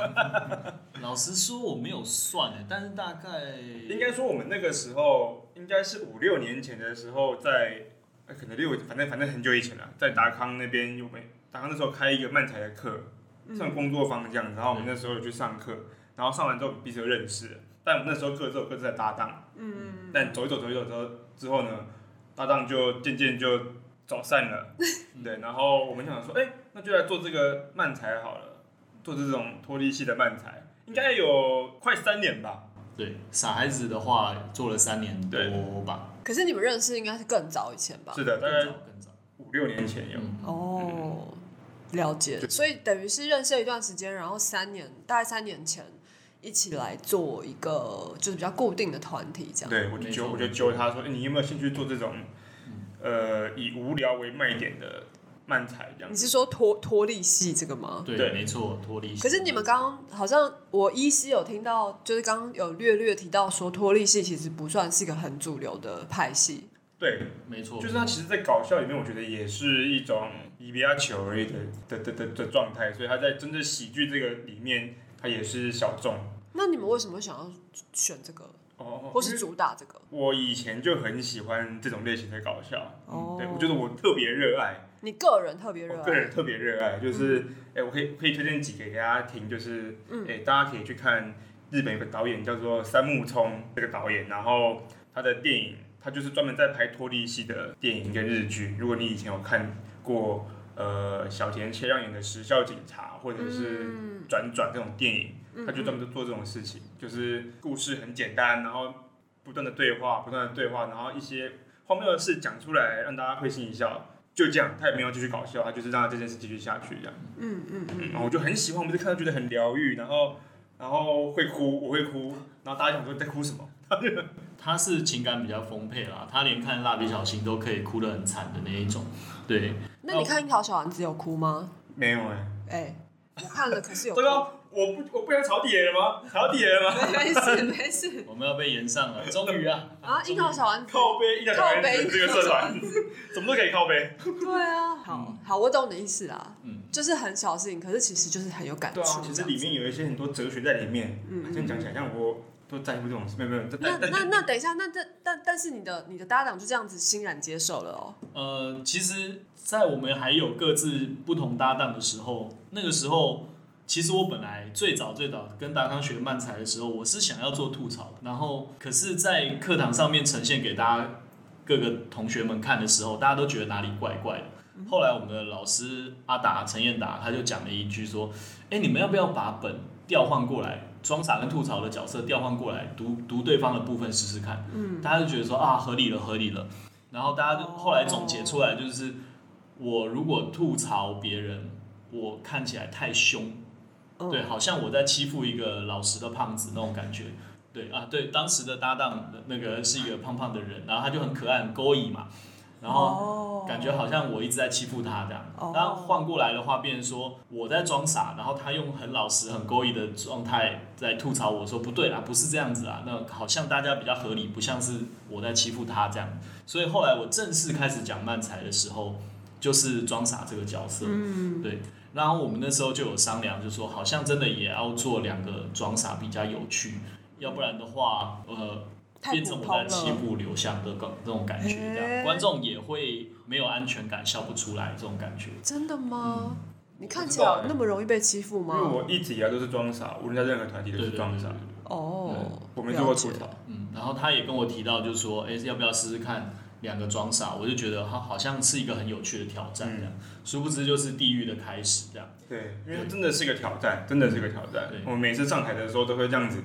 [SPEAKER 2] 老实说我没有算欸但是大概
[SPEAKER 4] 应该说我们那个时候应该是五六年前的时候在，呃可能六，反正反正很久以前了，在达康那边有没达康那时候开一个漫才的课，
[SPEAKER 1] 嗯
[SPEAKER 4] 算工作坊这样子，然后我们那时候有去上课，然后上完之后彼此就认识了，但我们那时候各自有各自的搭档，
[SPEAKER 1] 嗯，
[SPEAKER 4] 但走一走走一走之后之后呢，搭档就渐渐就走散
[SPEAKER 1] [laughs]
[SPEAKER 4] 了，对，然后我们想说，哎、那就来做这个漫才好了，做这种脱离系的漫才，应该有快三年吧。
[SPEAKER 2] 对傻孩子的话做了三年多吧，
[SPEAKER 1] 可是你们认识应该是更早以前吧？
[SPEAKER 4] 是的，大
[SPEAKER 2] 更
[SPEAKER 4] 概
[SPEAKER 2] 早更早。
[SPEAKER 4] 五六年前有。
[SPEAKER 2] 嗯，
[SPEAKER 1] 哦，了解。所以等于是认识了一段时间，然后三年，大概三年前一起来做一个就是比较固定的团体这样。
[SPEAKER 4] 对，我就
[SPEAKER 2] 没
[SPEAKER 4] 揪
[SPEAKER 2] 错
[SPEAKER 4] 我就揪他说，哎你有没有兴趣做这种，
[SPEAKER 1] 嗯
[SPEAKER 4] 呃，以无聊为卖点的漫才这样
[SPEAKER 1] 你
[SPEAKER 4] 子？
[SPEAKER 1] 是说脱脱力系这个吗？
[SPEAKER 2] 对，
[SPEAKER 4] 对
[SPEAKER 2] 没错，脱离。
[SPEAKER 1] 可是你们刚刚好像我依稀有听到，就是刚刚有略略提到说脱力系其实不算是一个很主流的派系。
[SPEAKER 4] 对，
[SPEAKER 1] 嗯
[SPEAKER 2] 没错，
[SPEAKER 4] 就是他其实，在搞笑里面，我觉得也是一种以比亚球而已的的的的的状态，所以他在真正喜剧这个里面，他也是小众。
[SPEAKER 1] 那你们为什么想要选这个，
[SPEAKER 4] 哦
[SPEAKER 1] 或是主打这个？
[SPEAKER 4] 我以前就很喜欢这种类型的搞笑，
[SPEAKER 1] 哦，
[SPEAKER 4] 对我觉得我特别热爱。
[SPEAKER 1] 你个人特别热
[SPEAKER 4] 我个
[SPEAKER 1] 爱，
[SPEAKER 4] 哦人特别热爱，就是哎、我可以可以推荐几个给大家听，就是哎、
[SPEAKER 1] 嗯
[SPEAKER 4] 大家可以去看日本有个导演叫做三木聪这个导演，然后他的电影，他就是专门在拍脱离系的电影跟日剧。如果你以前有看过呃小田切让演的《时效警察》或者是
[SPEAKER 1] 嗯
[SPEAKER 4] 转转这种电影，
[SPEAKER 1] 嗯
[SPEAKER 4] 他就专门就做这种事情，就是故事很简单，然后不断的对话，不断的对话，然后一些荒谬的事讲出来，让大家会心一笑。就这样，他也没有继续搞笑，他就是让他这件事继续下去这样。
[SPEAKER 1] 嗯嗯嗯，
[SPEAKER 4] 嗯，然后我就很喜欢，我每次看到觉得很疗愈，然后然后会哭，我会哭，然后大家想说你在哭什么？
[SPEAKER 2] 他是情感比较丰沛啦，他连看蜡笔小新都可以哭得很惨的那一种。对，
[SPEAKER 1] 那你看《樱桃小丸子》有哭吗？
[SPEAKER 4] 没有哎、
[SPEAKER 1] 哎、我看了，可是有
[SPEAKER 4] [laughs]
[SPEAKER 1] 哭
[SPEAKER 4] 糟。糕，我不我不想炒底了吗？炒底了吗？ [laughs]
[SPEAKER 1] 没
[SPEAKER 4] 啊
[SPEAKER 1] 事没事
[SPEAKER 2] 我们要被延上了，终于啊！
[SPEAKER 4] [laughs]
[SPEAKER 1] 啊，《樱桃小丸子》
[SPEAKER 4] 靠背一两
[SPEAKER 1] 靠
[SPEAKER 4] 个
[SPEAKER 1] 背
[SPEAKER 4] 人这个社团，什么都可以靠背。
[SPEAKER 1] 对啊，好好，我懂你的意思啦，
[SPEAKER 2] 嗯
[SPEAKER 1] 就是很小事情，可是其实就是很有感触
[SPEAKER 4] 对
[SPEAKER 1] 这样
[SPEAKER 4] 啊，
[SPEAKER 1] 子。
[SPEAKER 4] 其实里面有一些很多哲学在里面。
[SPEAKER 1] 嗯
[SPEAKER 4] 嗯，这样讲起来，像我都在乎这种事，没有没有，但
[SPEAKER 1] 那
[SPEAKER 4] 但但
[SPEAKER 1] 那那等一下，那这但但是你的你的搭档就这样子欣然接受了哦。
[SPEAKER 2] 呃，其实，在我们还有各自不同搭档的时候，那个时候，其实我本来最早最早跟达康学漫才的时候，我是想要做吐槽的，然后可是，在课堂上面呈现给大家各个同学们看的时候，大家都觉得哪里怪怪的。后来我们的老师阿达陈彦达他就讲了一句说：“哎，你们要不要把本调换过来，装傻跟吐槽的角色调换过来，读读对方的部分试试看？”
[SPEAKER 1] 嗯，
[SPEAKER 2] 大家就觉得说啊，合理了，合理了。然后大家就
[SPEAKER 1] 哦
[SPEAKER 2] 后来总结出来就是，我如果吐槽别人，我看起来太凶，
[SPEAKER 1] 嗯
[SPEAKER 2] 对，好像我在欺负一个老实的胖子那种感觉。对啊，对，当时的搭档那个是一个胖胖的人，然后他就很可爱，很勾引嘛，然后
[SPEAKER 1] 哦
[SPEAKER 2] 感觉好像我一直在欺负他这样。
[SPEAKER 1] 哦
[SPEAKER 2] 那换过来的话，变成说我在装傻，然后他用很老实、很勾引的状态在吐槽我说不对啦，不是这样子啊，那好像大家比较合理，不像是我在欺负他这样。所以后来我正式开始讲漫才的时候，就是装傻这个角色。
[SPEAKER 1] 嗯，
[SPEAKER 2] 对，然后我们那时候就有商量，就说好像真的也要做两个装傻比较有趣，要不然的话，呃，
[SPEAKER 1] 太
[SPEAKER 2] 变成
[SPEAKER 1] 普
[SPEAKER 2] 我
[SPEAKER 1] 通
[SPEAKER 2] 在
[SPEAKER 1] 了。哎
[SPEAKER 2] 欺负刘翔的梗这种感觉，这
[SPEAKER 1] 嘿
[SPEAKER 2] 样观众也会没有安全感，笑不出来这种感觉。
[SPEAKER 1] 真的吗？你看起
[SPEAKER 4] 嗯
[SPEAKER 1] 来
[SPEAKER 4] 我不知道欸
[SPEAKER 1] 那么啊容易被欺负
[SPEAKER 4] 因为
[SPEAKER 1] 吗？
[SPEAKER 4] 我一直以来都是装傻，无论在任何团体都
[SPEAKER 2] 对
[SPEAKER 4] 是
[SPEAKER 2] 对对
[SPEAKER 4] 装
[SPEAKER 2] 对
[SPEAKER 4] 傻，，
[SPEAKER 1] 哦，
[SPEAKER 4] 我没做过
[SPEAKER 1] 了解
[SPEAKER 4] 吐槽。
[SPEAKER 2] 嗯，然后他也跟我提到，就是说，哎，要不要试试看两个装傻？我就觉得好，好像是一个很有趣的挑战这样，殊不知就是地狱的开始这样。
[SPEAKER 4] 对，因为它真的是个挑战，真的是个挑战
[SPEAKER 2] 对。
[SPEAKER 4] 我们每次上台的时候都会这样子，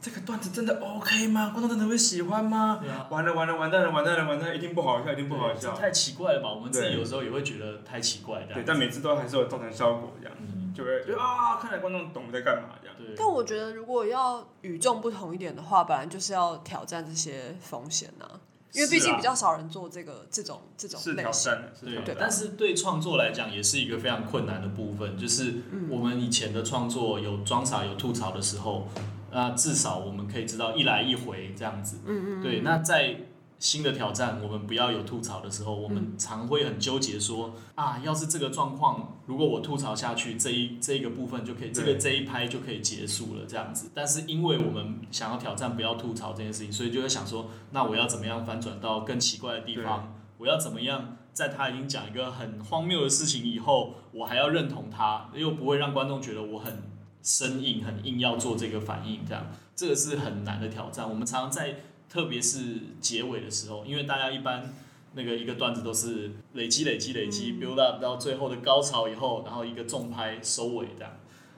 [SPEAKER 4] 这个段子真的 OK 吗？观众真的会喜欢吗？
[SPEAKER 2] 对啊
[SPEAKER 4] 完了完了完蛋了完蛋了完蛋了，一定不好笑，一定不好
[SPEAKER 2] 对这
[SPEAKER 4] 笑。
[SPEAKER 2] 太奇怪了吧？我们自己
[SPEAKER 4] 对
[SPEAKER 2] 有时候也会觉得太奇怪这
[SPEAKER 4] 对，
[SPEAKER 2] 样。
[SPEAKER 4] 但每次都还是有造成效果这样，
[SPEAKER 2] 嗯
[SPEAKER 4] 就会就啊，看来观众懂我们在干嘛这样。
[SPEAKER 2] 对，
[SPEAKER 1] 但我觉得，如果要与众不同一点的话，本来就是要挑战这些风险呐、因为毕
[SPEAKER 4] 是
[SPEAKER 1] 竟
[SPEAKER 4] 啊
[SPEAKER 1] 比较少人做这个这种这种
[SPEAKER 4] 是挑
[SPEAKER 1] 类型。
[SPEAKER 4] 战，是挑
[SPEAKER 2] 对
[SPEAKER 4] 战。，
[SPEAKER 2] 但是对创作来讲也是一个非常困难的部分，就是我们以前的创作有装傻有吐槽的时候，那至少我们可以知道一来一回这样子。嗯嗯对，那在新的挑战，我们不要有吐槽的时候，我们常会很纠结说啊，要是这个状况，如果我吐槽下去，这一这一个部分就可以，这个
[SPEAKER 4] 对
[SPEAKER 2] 这一拍就可以结束了这样子。但是因为我们想要挑战不要吐槽这件事情，所以就会想说，那我要怎么样翻转到更奇怪的地方？我要怎么样在他已经讲一个很荒谬的事情以后，我还要认同他，又不会让观众觉得我很生硬、很硬要做这个反应，这样这个是很难的挑战。我们常常在特别是结尾的时候，因为大家一般。那个一个段子都是累积、累积、累积、build up 到最后的高潮以后，然后一个重拍收尾这样。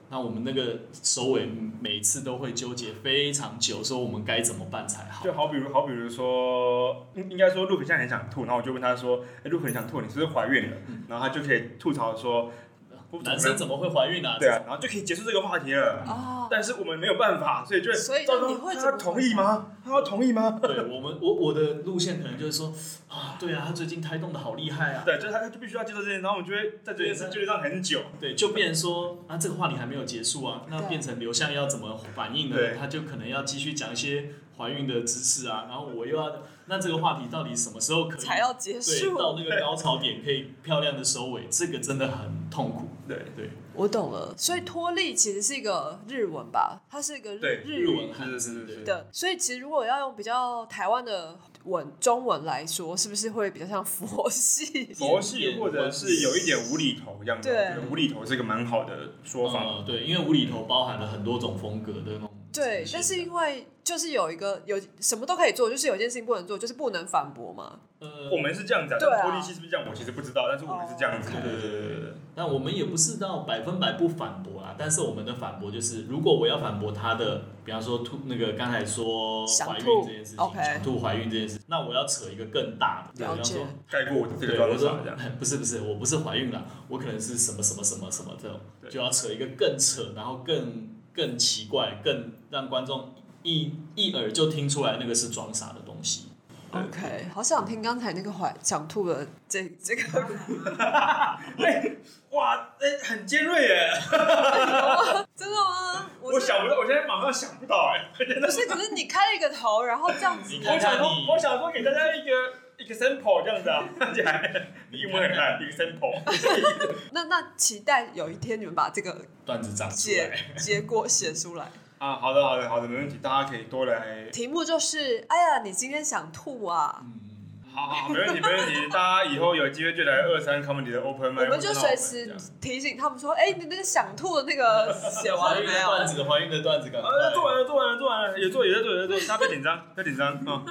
[SPEAKER 2] 那我们那个收尾每次都会纠结非常久，说我们该怎么办才好。
[SPEAKER 4] 就好比如，好比如说，应应该说，陆可现在很想吐，然后我就问他说：“哎，陆可你想吐，你是不是怀孕了？”然后他就可以吐槽说：“不
[SPEAKER 2] 男生怎么会怀孕啊？
[SPEAKER 4] 对啊，然后就可以结束这个话题了。
[SPEAKER 1] 哦
[SPEAKER 4] 但是我们没有办法，所以就
[SPEAKER 1] 所以
[SPEAKER 4] 糟糕
[SPEAKER 1] 你会
[SPEAKER 4] 他
[SPEAKER 1] 怎么
[SPEAKER 4] 要同意吗？他要同意吗？
[SPEAKER 2] 对我们，我我的路线可能就是说啊，对啊，他最近胎动的好厉害啊，
[SPEAKER 4] 对，就是他他就必须要接受这件事，然后我们就会在这件事纠结上很久。
[SPEAKER 2] 对，就变成说啊，这个话题还没有结束啊，那
[SPEAKER 1] 对
[SPEAKER 2] 变成刘向要怎么反应呢
[SPEAKER 4] 对？
[SPEAKER 2] 他就可能要继续讲一些怀孕的知识啊，然后我又要，那这个话题到底什么时候可以
[SPEAKER 1] 才要结
[SPEAKER 2] 对
[SPEAKER 1] 束，
[SPEAKER 2] 到那个高潮点可以漂亮的收尾？这个真的很痛苦。
[SPEAKER 4] 对，
[SPEAKER 2] 对，
[SPEAKER 1] 我懂了。所以脱力其实是一个日文吧，它是一个
[SPEAKER 4] 对
[SPEAKER 1] 日
[SPEAKER 2] 日
[SPEAKER 1] 日
[SPEAKER 2] 文
[SPEAKER 1] 语
[SPEAKER 2] 汉
[SPEAKER 4] 是
[SPEAKER 2] 字
[SPEAKER 4] 是
[SPEAKER 2] 对
[SPEAKER 4] 是是，
[SPEAKER 1] 的，所以其实如果要用比较台湾的文中文来说，是不是会比较像佛系？
[SPEAKER 4] 佛系或者是有一点无厘头这样子，
[SPEAKER 1] 对
[SPEAKER 4] 我觉得无厘头是一个蛮好的说法。
[SPEAKER 2] 嗯，对，因为无厘头包含了很多种风格的那种呈现。
[SPEAKER 1] 对，但是因为就是有一个有什么都可以做，就是有一件事情不能做，就是不能反驳嘛。
[SPEAKER 2] 呃，
[SPEAKER 4] 我们是这样子、
[SPEAKER 1] 对啊
[SPEAKER 4] 但脱离系是不是这样？我其实不知道，但是我们是这样子。
[SPEAKER 1] 哦
[SPEAKER 4] 对对对对对。
[SPEAKER 2] 那我们也不是到百分百不反驳啦，但是我们的反驳就是，如果我要反驳他的，比方说吐那个刚才说
[SPEAKER 1] 想
[SPEAKER 2] 怀孕
[SPEAKER 1] 吐
[SPEAKER 2] 这件事情，
[SPEAKER 1] ，OK
[SPEAKER 2] 想吐怀孕这件事，那我要扯一个更大的，
[SPEAKER 1] 了
[SPEAKER 2] 比方说
[SPEAKER 1] 解
[SPEAKER 4] 盖过我的这个
[SPEAKER 2] 对，我
[SPEAKER 4] 装
[SPEAKER 2] 说
[SPEAKER 4] 傻这样。
[SPEAKER 2] 不是不是，我不是怀孕了，我可能是什么什么什么什么这种，
[SPEAKER 4] 对
[SPEAKER 2] 就要扯一个更扯，然后更更奇怪，更让观众一一耳就听出来那个是装傻的东西。
[SPEAKER 4] 对
[SPEAKER 1] OK，好想听刚才那个怀想吐的这这个，
[SPEAKER 4] 哇，哎、很尖锐耶！
[SPEAKER 1] 真的吗？
[SPEAKER 4] 我
[SPEAKER 1] 是
[SPEAKER 4] 想不到，我现在马上想不到哎。
[SPEAKER 1] 不是，可是你开了一个头，然后这样子
[SPEAKER 2] 你，看
[SPEAKER 4] 我想
[SPEAKER 2] 看
[SPEAKER 4] 说，我想说给大家一个一个 sample 这样子啊， [laughs] 看起来英文很烂，一个 sample。
[SPEAKER 1] 那那期待有一天你们把这个
[SPEAKER 2] 段子长出来，
[SPEAKER 1] 结结果写出来。
[SPEAKER 4] 啊，好的，好的，好的，没问题，大家可以多来。
[SPEAKER 1] 题目就是，哎呀，你今天想吐啊？
[SPEAKER 2] 嗯，
[SPEAKER 4] 好好，好没问题，没问题。大家以后有机会就来二三 comedy 的 open mic，
[SPEAKER 1] 我们就随时提醒他们说，哎，你那个想吐的那
[SPEAKER 4] [laughs]
[SPEAKER 1] 个写完
[SPEAKER 2] 怀
[SPEAKER 1] 了
[SPEAKER 2] 孕
[SPEAKER 1] 没
[SPEAKER 2] 的
[SPEAKER 1] 有哎
[SPEAKER 2] 段？子，怀孕的段子，赶快
[SPEAKER 4] 啊，做完了，做完了，做完了，也做，也在做，也在做，大家不要紧张， [laughs] 不要紧张啊。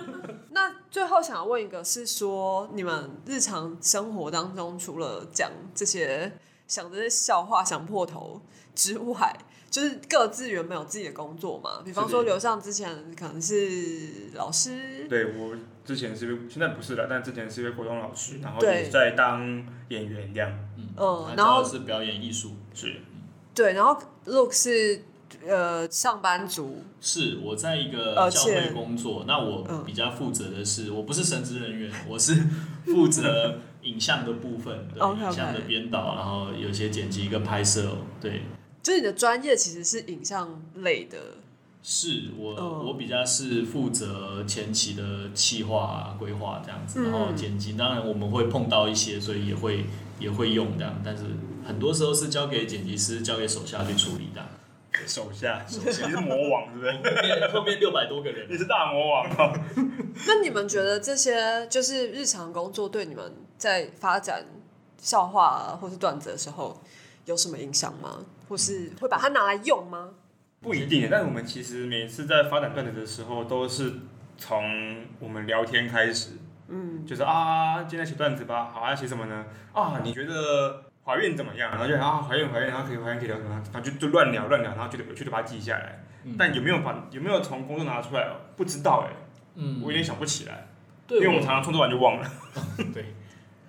[SPEAKER 1] 那最后想要问一个，是说你们日常生活当中除了讲这些想这些笑话想破头之外，就是各自原本有自己的工作嘛。比方说
[SPEAKER 4] 是的
[SPEAKER 1] 刘尚之前可能是老师，
[SPEAKER 4] 对我之前是一位，现在不是了，但之前是一位国中老师，然后
[SPEAKER 1] 对
[SPEAKER 4] 也在当演员这样。
[SPEAKER 2] 嗯，
[SPEAKER 1] 嗯
[SPEAKER 2] 他
[SPEAKER 1] 然后
[SPEAKER 2] 教的是表演艺术，
[SPEAKER 4] 是，
[SPEAKER 1] 对，然后 Look 是呃上班族，
[SPEAKER 2] 是我在一个
[SPEAKER 1] 而
[SPEAKER 2] 教
[SPEAKER 1] 且
[SPEAKER 2] 会工作，那我
[SPEAKER 1] 嗯
[SPEAKER 2] 比较负责的是，我不是神职人员，我是负责影像的部分，对
[SPEAKER 1] OK，OK
[SPEAKER 2] 影像的编导，然后有些剪辑跟拍摄，哦对，
[SPEAKER 1] 就是你的专业其实是影像类的，
[SPEAKER 2] 是我、
[SPEAKER 1] 嗯
[SPEAKER 2] 我比较是负责前期的企划、啊、规划这样子，
[SPEAKER 1] 嗯
[SPEAKER 2] 然后剪辑，当然我们会碰到一些，所以也会也会用这样，但是很多时候是交给剪辑师、交给手下去处理的。啊
[SPEAKER 4] 手下，手 [laughs] 下，你是魔王是不是？
[SPEAKER 2] 后面后面六百多个人
[SPEAKER 4] 你，是大魔王哦。
[SPEAKER 1] 那你们觉得这些就是日常工作对你们在发展笑话啊，或是段子的时候有什么影响吗？或是会把它拿来用吗？
[SPEAKER 4] 不一定，但我们其实每次在发展段子的时候，都是从我们聊天开始，
[SPEAKER 1] 嗯，
[SPEAKER 4] 就是啊，今天写段子吧，好啊，写什么呢？啊，你觉得怀孕怎么样？然后就啊，怀孕怀孕，然后可以怀孕可以聊什么？然后就就乱聊乱聊，然后觉得有趣就把它记下来。
[SPEAKER 2] 嗯
[SPEAKER 4] 但有没有把有没有从工作拿出来？哦？不知道哎、
[SPEAKER 2] 嗯
[SPEAKER 4] 我有点想不起来，
[SPEAKER 2] 对
[SPEAKER 4] 因为我们常常创作完就忘了。
[SPEAKER 2] 对，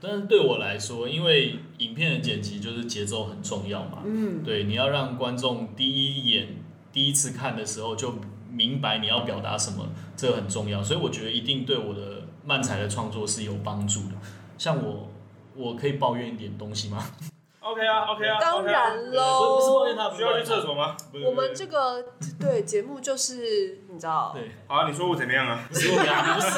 [SPEAKER 2] 但是对我来说，因为影片的剪辑就是节奏很重要嘛，
[SPEAKER 1] 嗯，
[SPEAKER 2] 对，你要让观众第一眼第一次看的时候就明白你要表达什么，这个很重要，所以我觉得一定对我的漫才的创作是有帮助的。像我，我可以抱怨一点东西吗？ [laughs]
[SPEAKER 4] OK 啊，OK 啊，
[SPEAKER 1] 当
[SPEAKER 4] OK 啊
[SPEAKER 1] 然
[SPEAKER 2] 不是不是抱
[SPEAKER 1] 喽。
[SPEAKER 2] 怨他，不
[SPEAKER 4] 需
[SPEAKER 2] 是
[SPEAKER 4] 要
[SPEAKER 2] 抱
[SPEAKER 4] 去
[SPEAKER 2] 怨他
[SPEAKER 4] 厕。所吗？不是
[SPEAKER 1] 我
[SPEAKER 4] 不是
[SPEAKER 1] 们这个对节目就是你知道，
[SPEAKER 2] 对，
[SPEAKER 4] 好啊，你说我怎么样啊？
[SPEAKER 2] 不是我呀，不是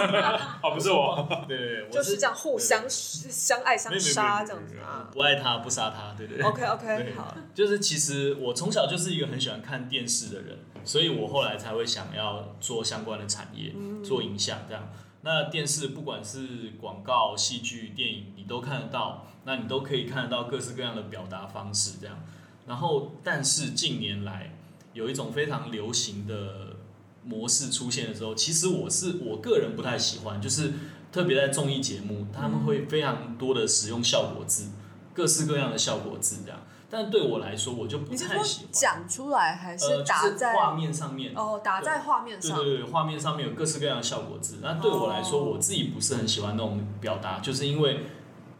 [SPEAKER 4] 哦，不是我，
[SPEAKER 2] 我，对对对，我
[SPEAKER 1] 就是这样互相相爱相杀这样子啊。
[SPEAKER 2] 不爱他不杀他，对对对。
[SPEAKER 1] OK
[SPEAKER 2] 对
[SPEAKER 1] OK，好，
[SPEAKER 2] 就是其实我从小就是一个很喜欢看电视的人，所以我后来才会想要做相关的产业，
[SPEAKER 1] 嗯
[SPEAKER 2] 做影像这样。那电视不管是广告、戏剧、电影，你都看得到，那你都可以看得到各式各样的表达方式这样。然后，但是近年来有一种非常流行的模式出现的时候，其实我是我个人不太喜欢，就是特别在综艺节目，他们会非常多的使用效果字，各式各样的效果字这样。但对我来说，我就不
[SPEAKER 1] 你是
[SPEAKER 2] 太
[SPEAKER 1] 说
[SPEAKER 2] 喜欢，
[SPEAKER 1] 讲出来还
[SPEAKER 2] 呃，
[SPEAKER 1] 是打
[SPEAKER 2] 就是
[SPEAKER 1] 在
[SPEAKER 2] 画面上面，
[SPEAKER 1] 哦打在画面
[SPEAKER 2] 对
[SPEAKER 1] 上？
[SPEAKER 2] 对对，画面上面有各式各样的效果字。那对我来说，
[SPEAKER 1] 哦
[SPEAKER 2] 我自己不是很喜欢那种表达，就是因为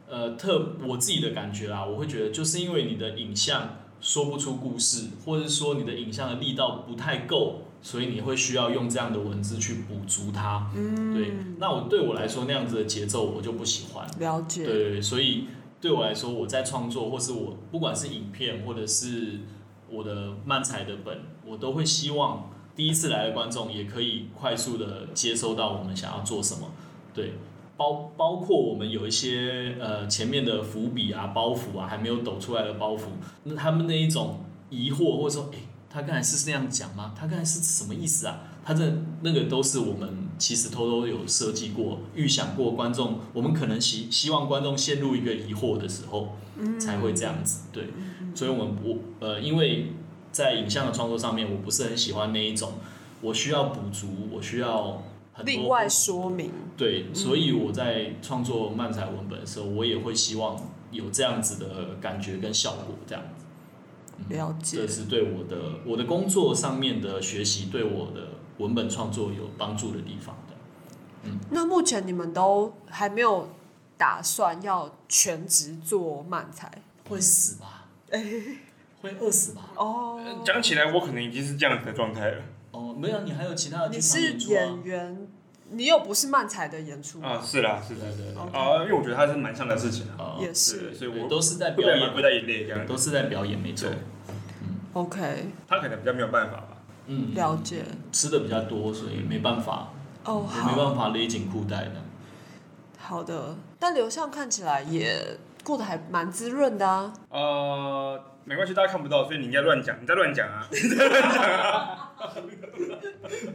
[SPEAKER 2] 呃特我自己的感觉啦，我会觉得就是因为你的影像说不出故事，或者说你的影像的力道不太够，所以你会需要用这样的文字去补足它。
[SPEAKER 1] 嗯，
[SPEAKER 2] 对，那我对我来说那样子的节奏我就不喜欢。
[SPEAKER 1] 了
[SPEAKER 2] 对
[SPEAKER 1] 解。
[SPEAKER 2] 对对，所以对我来说，我在创作或是我不管是影片或者是我的漫才的本，我都会希望第一次来的观众也可以快速的接收到我们想要做什么。对，包包括我们有一些呃前面的伏笔啊、包袱啊还没有抖出来的包袱，那他们那一种疑惑或者说，哎、他刚才是那样讲吗？他刚才是什么意思啊？他这那个都是我们其实偷偷有设计过、预想过观众，我们可能希希望观众陷入一个疑惑的时候，
[SPEAKER 1] 嗯
[SPEAKER 2] 才会这样子。对，所以我们我呃，因为在影像的创作上面，我不是很喜欢那一种，我需要补足，我需要很多
[SPEAKER 1] 另外说明，
[SPEAKER 2] 对，所以我在创作漫才文本的时候，我也会希望有这样子的感觉跟效果，这样子。
[SPEAKER 1] 了
[SPEAKER 2] 这
[SPEAKER 1] 解。
[SPEAKER 2] 是对我的我的工作上面的学习，对我的文本创作有帮助的地方的。
[SPEAKER 1] 那目前你们都还没有打算要全职做漫才
[SPEAKER 2] 会死吧？ [laughs] 会饿死吧？
[SPEAKER 1] 哦？
[SPEAKER 4] 讲起来我可能已经是这样子的状态了
[SPEAKER 2] 哦，没有，你还有其他的
[SPEAKER 1] 你
[SPEAKER 2] 剧场
[SPEAKER 1] 是
[SPEAKER 2] 演出
[SPEAKER 1] 演
[SPEAKER 2] 啊？
[SPEAKER 1] 员，你又不是漫才的演出
[SPEAKER 4] 啊，是啦，是
[SPEAKER 2] 对
[SPEAKER 4] 是
[SPEAKER 2] 对对，
[SPEAKER 1] OK
[SPEAKER 4] 啊，因为我觉得它是蛮像的事情啊，
[SPEAKER 2] 哦
[SPEAKER 1] 也
[SPEAKER 4] 对
[SPEAKER 1] 是
[SPEAKER 4] 所以我
[SPEAKER 2] 都是在
[SPEAKER 4] 会
[SPEAKER 2] 表
[SPEAKER 4] 在眼会
[SPEAKER 2] 演，
[SPEAKER 4] 在眼泪这样，
[SPEAKER 2] 都是在表演，没错
[SPEAKER 4] 对。
[SPEAKER 1] OK，
[SPEAKER 4] 他可能比较没有办法吧。
[SPEAKER 2] 嗯，
[SPEAKER 1] 了解
[SPEAKER 2] 吃的比较多，所以没办法，
[SPEAKER 1] 哦。
[SPEAKER 2] 也没办
[SPEAKER 1] 好
[SPEAKER 2] 法勒紧裤带的。
[SPEAKER 1] 好的，但刘向看起来也过得还蛮滋润的啊。
[SPEAKER 4] 呃，没关系，大家看不到，所以你应该乱讲，你在乱讲啊。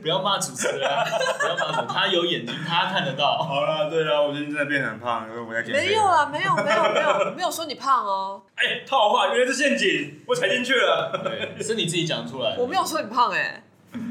[SPEAKER 2] 不要骂主持人、啊，不要骂主持人，他有眼睛，他看得到。
[SPEAKER 4] 好了，对了，我最近真的变得很胖，因为我在减肥。
[SPEAKER 1] 没有啦，没有没有没有没有说你胖哦，
[SPEAKER 4] 哎，套话，原来是陷阱，我踩进去了。
[SPEAKER 2] [laughs] 对，是你自己讲出来的。
[SPEAKER 1] 欸我没有说你胖哎、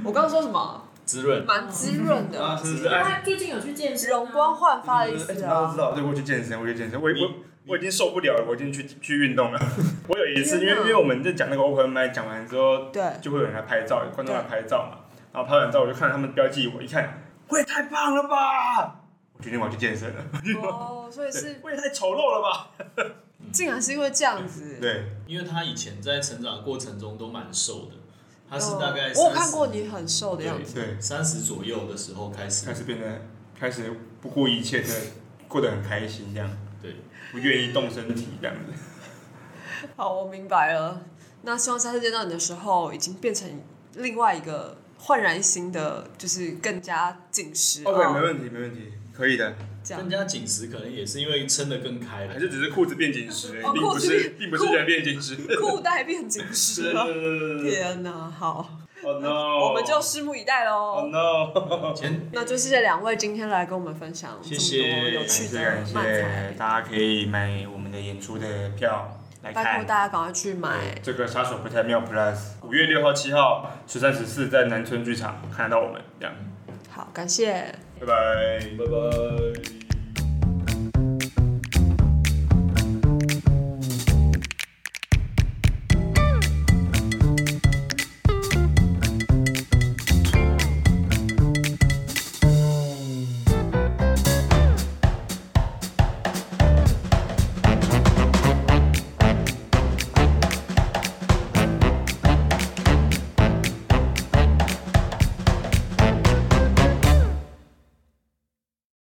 [SPEAKER 1] 我刚刚说什么？
[SPEAKER 2] 滋润。
[SPEAKER 1] 蛮滋润
[SPEAKER 4] 啊，
[SPEAKER 1] 的，
[SPEAKER 4] 是是，
[SPEAKER 3] 因为
[SPEAKER 4] 哎，
[SPEAKER 3] 他最近有去健身啊，
[SPEAKER 1] 容光焕发的意
[SPEAKER 4] 哎，
[SPEAKER 1] 思
[SPEAKER 4] 大家都
[SPEAKER 1] 啊
[SPEAKER 4] 知。道，对，我去健身，我去健身，我我
[SPEAKER 2] 你
[SPEAKER 4] 我已经受不了了，我已经去去运动了。 [laughs] 我有一次，因为
[SPEAKER 1] 天哪
[SPEAKER 4] 因为我们在讲那个 open mic，讲完之后
[SPEAKER 1] [laughs] 对，
[SPEAKER 4] 就会有人来拍照，有观众来拍照嘛。然后拍完照，我就看他们标记我，一看，我也太胖了吧！我决定我要去健身了。
[SPEAKER 1] 哦，所以
[SPEAKER 4] 对
[SPEAKER 1] 是，
[SPEAKER 4] 我也太丑陋了吧？
[SPEAKER 1] 竟然是因为这样子。
[SPEAKER 4] 对，
[SPEAKER 2] 因为他以前在成长过程中都蛮瘦的，他是
[SPEAKER 1] 哦
[SPEAKER 2] 大概、30
[SPEAKER 1] 我有看过你很瘦的样子，
[SPEAKER 4] 对，
[SPEAKER 2] 三十左右的时候开始
[SPEAKER 4] 开， [laughs] 始变得开始不顾一切的过得很开心，这样
[SPEAKER 2] 对，
[SPEAKER 4] 不愿意动身体这样子。
[SPEAKER 1] 好，我明白了。那希望下次见到你的时候，已经变成另外一个焕然一新的，就是更加紧实啊
[SPEAKER 4] 哦 OK，没问题，没问题，可以的。
[SPEAKER 1] 这样
[SPEAKER 2] 更。加紧实，可能也是因为撑得更开
[SPEAKER 4] 还
[SPEAKER 2] 了。
[SPEAKER 4] 是只是裤子变紧实而已，
[SPEAKER 1] 哦
[SPEAKER 4] 并不
[SPEAKER 1] 裤
[SPEAKER 4] 是
[SPEAKER 1] 子变
[SPEAKER 4] 并不是人变紧实。
[SPEAKER 1] 裤带变紧
[SPEAKER 4] [laughs]
[SPEAKER 1] 实了，天哪！好，
[SPEAKER 4] Oh
[SPEAKER 1] [laughs]
[SPEAKER 4] no！
[SPEAKER 1] 我们就拭目以待
[SPEAKER 4] Oh
[SPEAKER 1] 喽。
[SPEAKER 4] no！
[SPEAKER 2] 前
[SPEAKER 1] 那就谢谢两位今天来跟我们分享这
[SPEAKER 2] 谢
[SPEAKER 1] 么
[SPEAKER 2] 谢
[SPEAKER 1] 多有
[SPEAKER 4] 感
[SPEAKER 1] 趣
[SPEAKER 4] 谢
[SPEAKER 1] 的
[SPEAKER 4] 感
[SPEAKER 1] 漫才
[SPEAKER 4] 谢，，大家可以买我们的演出的票来
[SPEAKER 1] 拜托
[SPEAKER 4] 看。
[SPEAKER 1] 大家赶快去买。
[SPEAKER 4] 这个杀手不太妙 Plus，五月六号、七号、十三、十四在南村剧场看得到我们，这样，
[SPEAKER 1] 好，感谢。
[SPEAKER 4] 拜拜。
[SPEAKER 2] 拜拜。